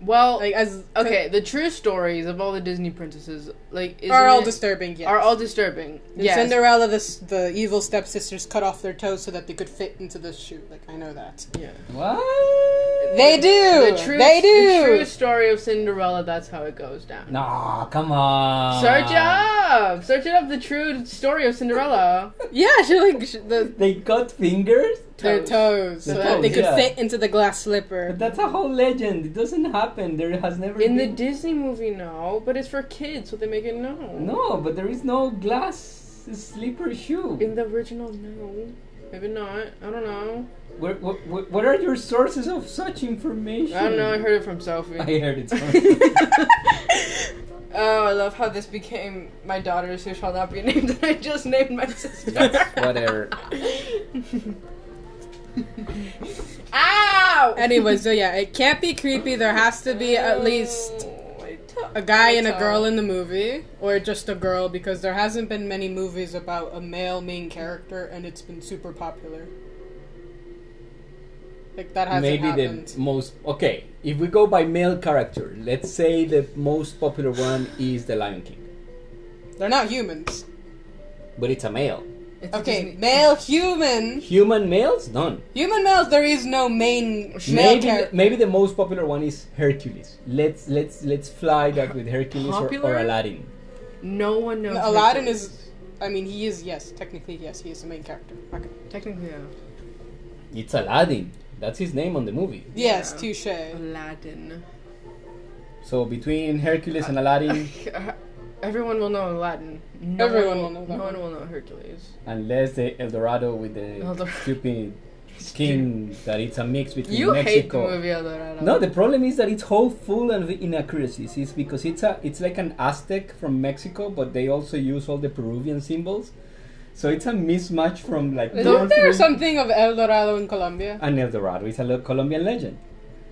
[SPEAKER 3] Well,
[SPEAKER 2] Like as
[SPEAKER 3] okay, the true stories of all the Disney princesses, like, isn't
[SPEAKER 2] are all
[SPEAKER 3] it-
[SPEAKER 2] disturbing. Yes.
[SPEAKER 3] are all disturbing.
[SPEAKER 2] In
[SPEAKER 3] Yes.
[SPEAKER 2] Cinderella, the s- the evil stepsisters cut off their toes so that they could fit into the shoe. Like I know that.
[SPEAKER 3] yeah.
[SPEAKER 1] What?
[SPEAKER 2] They do.
[SPEAKER 3] The true,
[SPEAKER 2] they do.
[SPEAKER 3] The true story of Cinderella. That's how it goes down.
[SPEAKER 1] No, come on.
[SPEAKER 3] Search up. Search it up. The true story of Cinderella.
[SPEAKER 2] Yeah, she like sh the
[SPEAKER 1] They cut fingers?
[SPEAKER 2] their
[SPEAKER 3] Toes.
[SPEAKER 2] toes so
[SPEAKER 1] Their
[SPEAKER 2] that they
[SPEAKER 1] toes,
[SPEAKER 2] could
[SPEAKER 1] yeah.
[SPEAKER 2] fit into the glass slipper.
[SPEAKER 1] But that's a whole legend. It doesn't happen. There has never
[SPEAKER 3] In the
[SPEAKER 1] been.
[SPEAKER 3] Disney movie, no, but it's for kids, so they make it no.
[SPEAKER 1] no, but there is no glass slipper shoe.
[SPEAKER 3] In the original, no. Maybe not. I don't know.
[SPEAKER 1] Where, what, what what are your sources of such information?
[SPEAKER 3] I don't know. I heard it from Sophie.
[SPEAKER 1] Hmm. I heard it. somewhere.
[SPEAKER 3] Oh, I love how this became my daughters who shall not be named, and I just named my sister.
[SPEAKER 1] Whatever.
[SPEAKER 3] Ow!
[SPEAKER 2] Anyway, so yeah, it can't be creepy. There has to be at least
[SPEAKER 3] Oh,
[SPEAKER 2] a guy and a girl in the movie, or just a girl, because there hasn't been many movies about a male main character, and it's been super popular. Like that hasn't
[SPEAKER 1] Maybe
[SPEAKER 2] happened.
[SPEAKER 1] the most okay. If we go by male character, let's say the most popular one is the Lion King,
[SPEAKER 2] They're not humans.
[SPEAKER 1] but it's a male.
[SPEAKER 2] Okay, male human,
[SPEAKER 1] Human males, none.
[SPEAKER 2] human males. There is no main male
[SPEAKER 1] Maybe
[SPEAKER 2] character.
[SPEAKER 1] maybe the most popular one is Hercules. Let's let's let's fly that with Hercules or, or
[SPEAKER 3] Popular?
[SPEAKER 1] Aladdin.
[SPEAKER 3] No one knows.
[SPEAKER 2] Aladdin
[SPEAKER 3] Hercules.
[SPEAKER 2] is, I mean, he is yes, technically yes, he is the main character. Okay.
[SPEAKER 3] technically no.
[SPEAKER 1] It's Aladdin. That's his name on the movie.
[SPEAKER 2] Yes,
[SPEAKER 3] Yeah.
[SPEAKER 2] touche.
[SPEAKER 3] Aladdin.
[SPEAKER 1] So between Hercules and Aladdin,
[SPEAKER 3] uh, Everyone will know Aladdin. No
[SPEAKER 2] Everyone
[SPEAKER 3] one
[SPEAKER 2] will know that
[SPEAKER 3] No
[SPEAKER 2] one.
[SPEAKER 3] one will know Hercules.
[SPEAKER 1] unless the El Dorado with the
[SPEAKER 3] Eldorado.
[SPEAKER 1] stupid skin that it's a mix between
[SPEAKER 3] You hate the
[SPEAKER 1] Mexico.
[SPEAKER 3] movie Eldorado.
[SPEAKER 1] No, the problem is that it's whole full of inaccuracies. It's because it's a it's like an Aztec from Mexico, but they also use all the Peruvian symbols. So it's a mismatch from like
[SPEAKER 2] Isn't
[SPEAKER 1] North
[SPEAKER 2] there
[SPEAKER 1] America
[SPEAKER 2] something of El Dorado in Colombia?
[SPEAKER 1] and El Dorado. It's a lo- Colombian legend.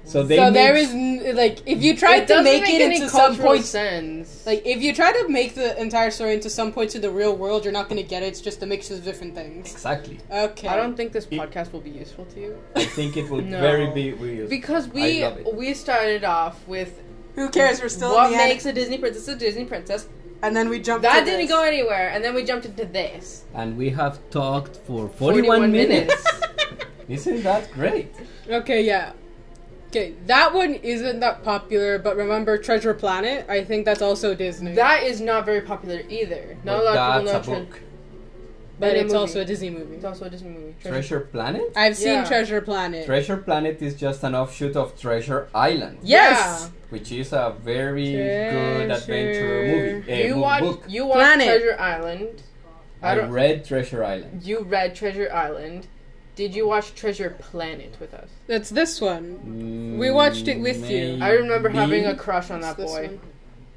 [SPEAKER 1] So they
[SPEAKER 2] so there
[SPEAKER 1] mix-
[SPEAKER 2] is n- like if you tried to
[SPEAKER 3] doesn't
[SPEAKER 2] make, it
[SPEAKER 3] any
[SPEAKER 2] into some
[SPEAKER 3] cultural
[SPEAKER 2] point,
[SPEAKER 3] sense.
[SPEAKER 2] like if you try to make the entire story into some points of the real world, you're not going to get it. It's just a mixture of different things.
[SPEAKER 1] exactly.
[SPEAKER 2] Okay.
[SPEAKER 3] I don't think this podcast will be useful to you
[SPEAKER 1] I think it would
[SPEAKER 3] No.
[SPEAKER 1] very be weird.
[SPEAKER 3] because
[SPEAKER 1] I
[SPEAKER 3] we
[SPEAKER 1] love it.
[SPEAKER 3] we started off with
[SPEAKER 2] Who cares? We're still
[SPEAKER 3] what
[SPEAKER 2] in the attic.
[SPEAKER 3] makes a Disney princess a Disney princess.
[SPEAKER 2] and then we jump.
[SPEAKER 3] That
[SPEAKER 2] to
[SPEAKER 3] didn't
[SPEAKER 2] this.
[SPEAKER 3] go anywhere, and then we jumped into this.
[SPEAKER 1] and we have talked for 41, minutes. Isn't that great?
[SPEAKER 2] Okay, yeah. Okay, that one isn't that popular, but remember Treasure Planet? I think that's also Disney.
[SPEAKER 3] that is not very popular either. Not
[SPEAKER 1] But
[SPEAKER 3] a lot of people know.
[SPEAKER 1] that's a
[SPEAKER 3] Tre-
[SPEAKER 1] book.
[SPEAKER 2] but
[SPEAKER 3] in a
[SPEAKER 2] it's
[SPEAKER 3] movie.
[SPEAKER 2] also a Disney movie.
[SPEAKER 3] It's also a Disney movie. Treasure-
[SPEAKER 1] Treasure Planet?
[SPEAKER 2] I've seen
[SPEAKER 3] Yeah.
[SPEAKER 2] Treasure Planet.
[SPEAKER 1] Treasure Planet is just an offshoot of Treasure Island.
[SPEAKER 2] yes!
[SPEAKER 1] which is a very good adventure movie. eh,
[SPEAKER 3] you
[SPEAKER 1] mo-
[SPEAKER 3] watch.
[SPEAKER 1] book.
[SPEAKER 3] You watch
[SPEAKER 2] Planet.
[SPEAKER 3] Treasure Island. I
[SPEAKER 1] I
[SPEAKER 3] don't-
[SPEAKER 1] read Treasure Island.
[SPEAKER 3] You read Treasure Island. Did you watch Treasure Planet with us?
[SPEAKER 2] That's this one. We watched it with you.
[SPEAKER 1] Mm,
[SPEAKER 3] I remember
[SPEAKER 1] Maybe.
[SPEAKER 3] having a crush on that
[SPEAKER 2] It's this
[SPEAKER 3] boy.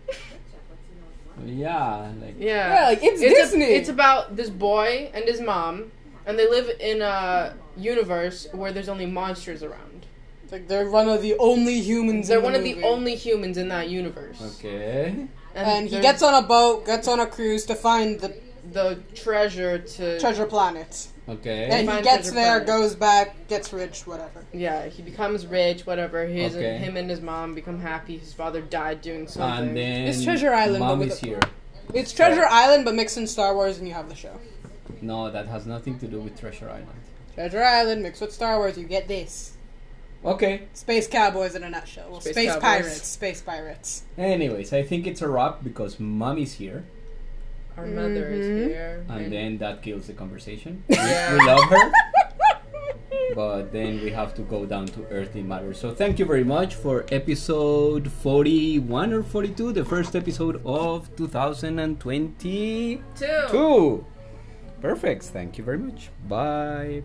[SPEAKER 2] one.
[SPEAKER 1] Yeah, like
[SPEAKER 3] Yeah.
[SPEAKER 2] Yeah, like, it's,
[SPEAKER 3] It's, a-
[SPEAKER 2] Disney.
[SPEAKER 3] it's about this boy and his mom, and they live in a universe where there's only monsters around.
[SPEAKER 2] like they're one of the only humans.
[SPEAKER 3] They're
[SPEAKER 2] in
[SPEAKER 3] one
[SPEAKER 2] the
[SPEAKER 3] of the
[SPEAKER 2] movie.
[SPEAKER 3] only humans in that universe.
[SPEAKER 1] okay.
[SPEAKER 2] And he
[SPEAKER 3] there's
[SPEAKER 2] gets on a boat, gets on a cruise to find the
[SPEAKER 3] the treasure to.
[SPEAKER 2] Treasure Planet.
[SPEAKER 1] Okay.
[SPEAKER 2] And he
[SPEAKER 3] find
[SPEAKER 2] gets
[SPEAKER 3] Treasure
[SPEAKER 2] there,
[SPEAKER 3] Planet.
[SPEAKER 2] goes back, gets rich, whatever.
[SPEAKER 3] Yeah, he becomes rich, whatever. His
[SPEAKER 1] Okay.
[SPEAKER 3] and him and his mom become happy. His father died doing something.
[SPEAKER 1] and then
[SPEAKER 2] It's Treasure Island,
[SPEAKER 1] Mom
[SPEAKER 2] but with
[SPEAKER 1] is
[SPEAKER 2] a-
[SPEAKER 1] here.
[SPEAKER 2] It's Treasure Island, but mixed in Star Wars, and you have the show.
[SPEAKER 1] No, that has nothing to do with Treasure Island.
[SPEAKER 2] Treasure Island mixed with Star Wars, you get this.
[SPEAKER 1] Okay.
[SPEAKER 2] Space cowboys in a nutshell. Well,
[SPEAKER 3] Space
[SPEAKER 2] space
[SPEAKER 3] cowboys.
[SPEAKER 2] pirates. Space pirates.
[SPEAKER 1] Anyways, I think it's a wrap because Mom is here,
[SPEAKER 3] Our mother is here.
[SPEAKER 1] and then that kills the conversation.
[SPEAKER 3] Yeah.
[SPEAKER 1] we love her. But then we have to go down to earthly matters. So thank you very much for episode 41 or 42, the first episode of 2022.
[SPEAKER 3] Two.
[SPEAKER 1] Perfect. Thank you very much. Bye.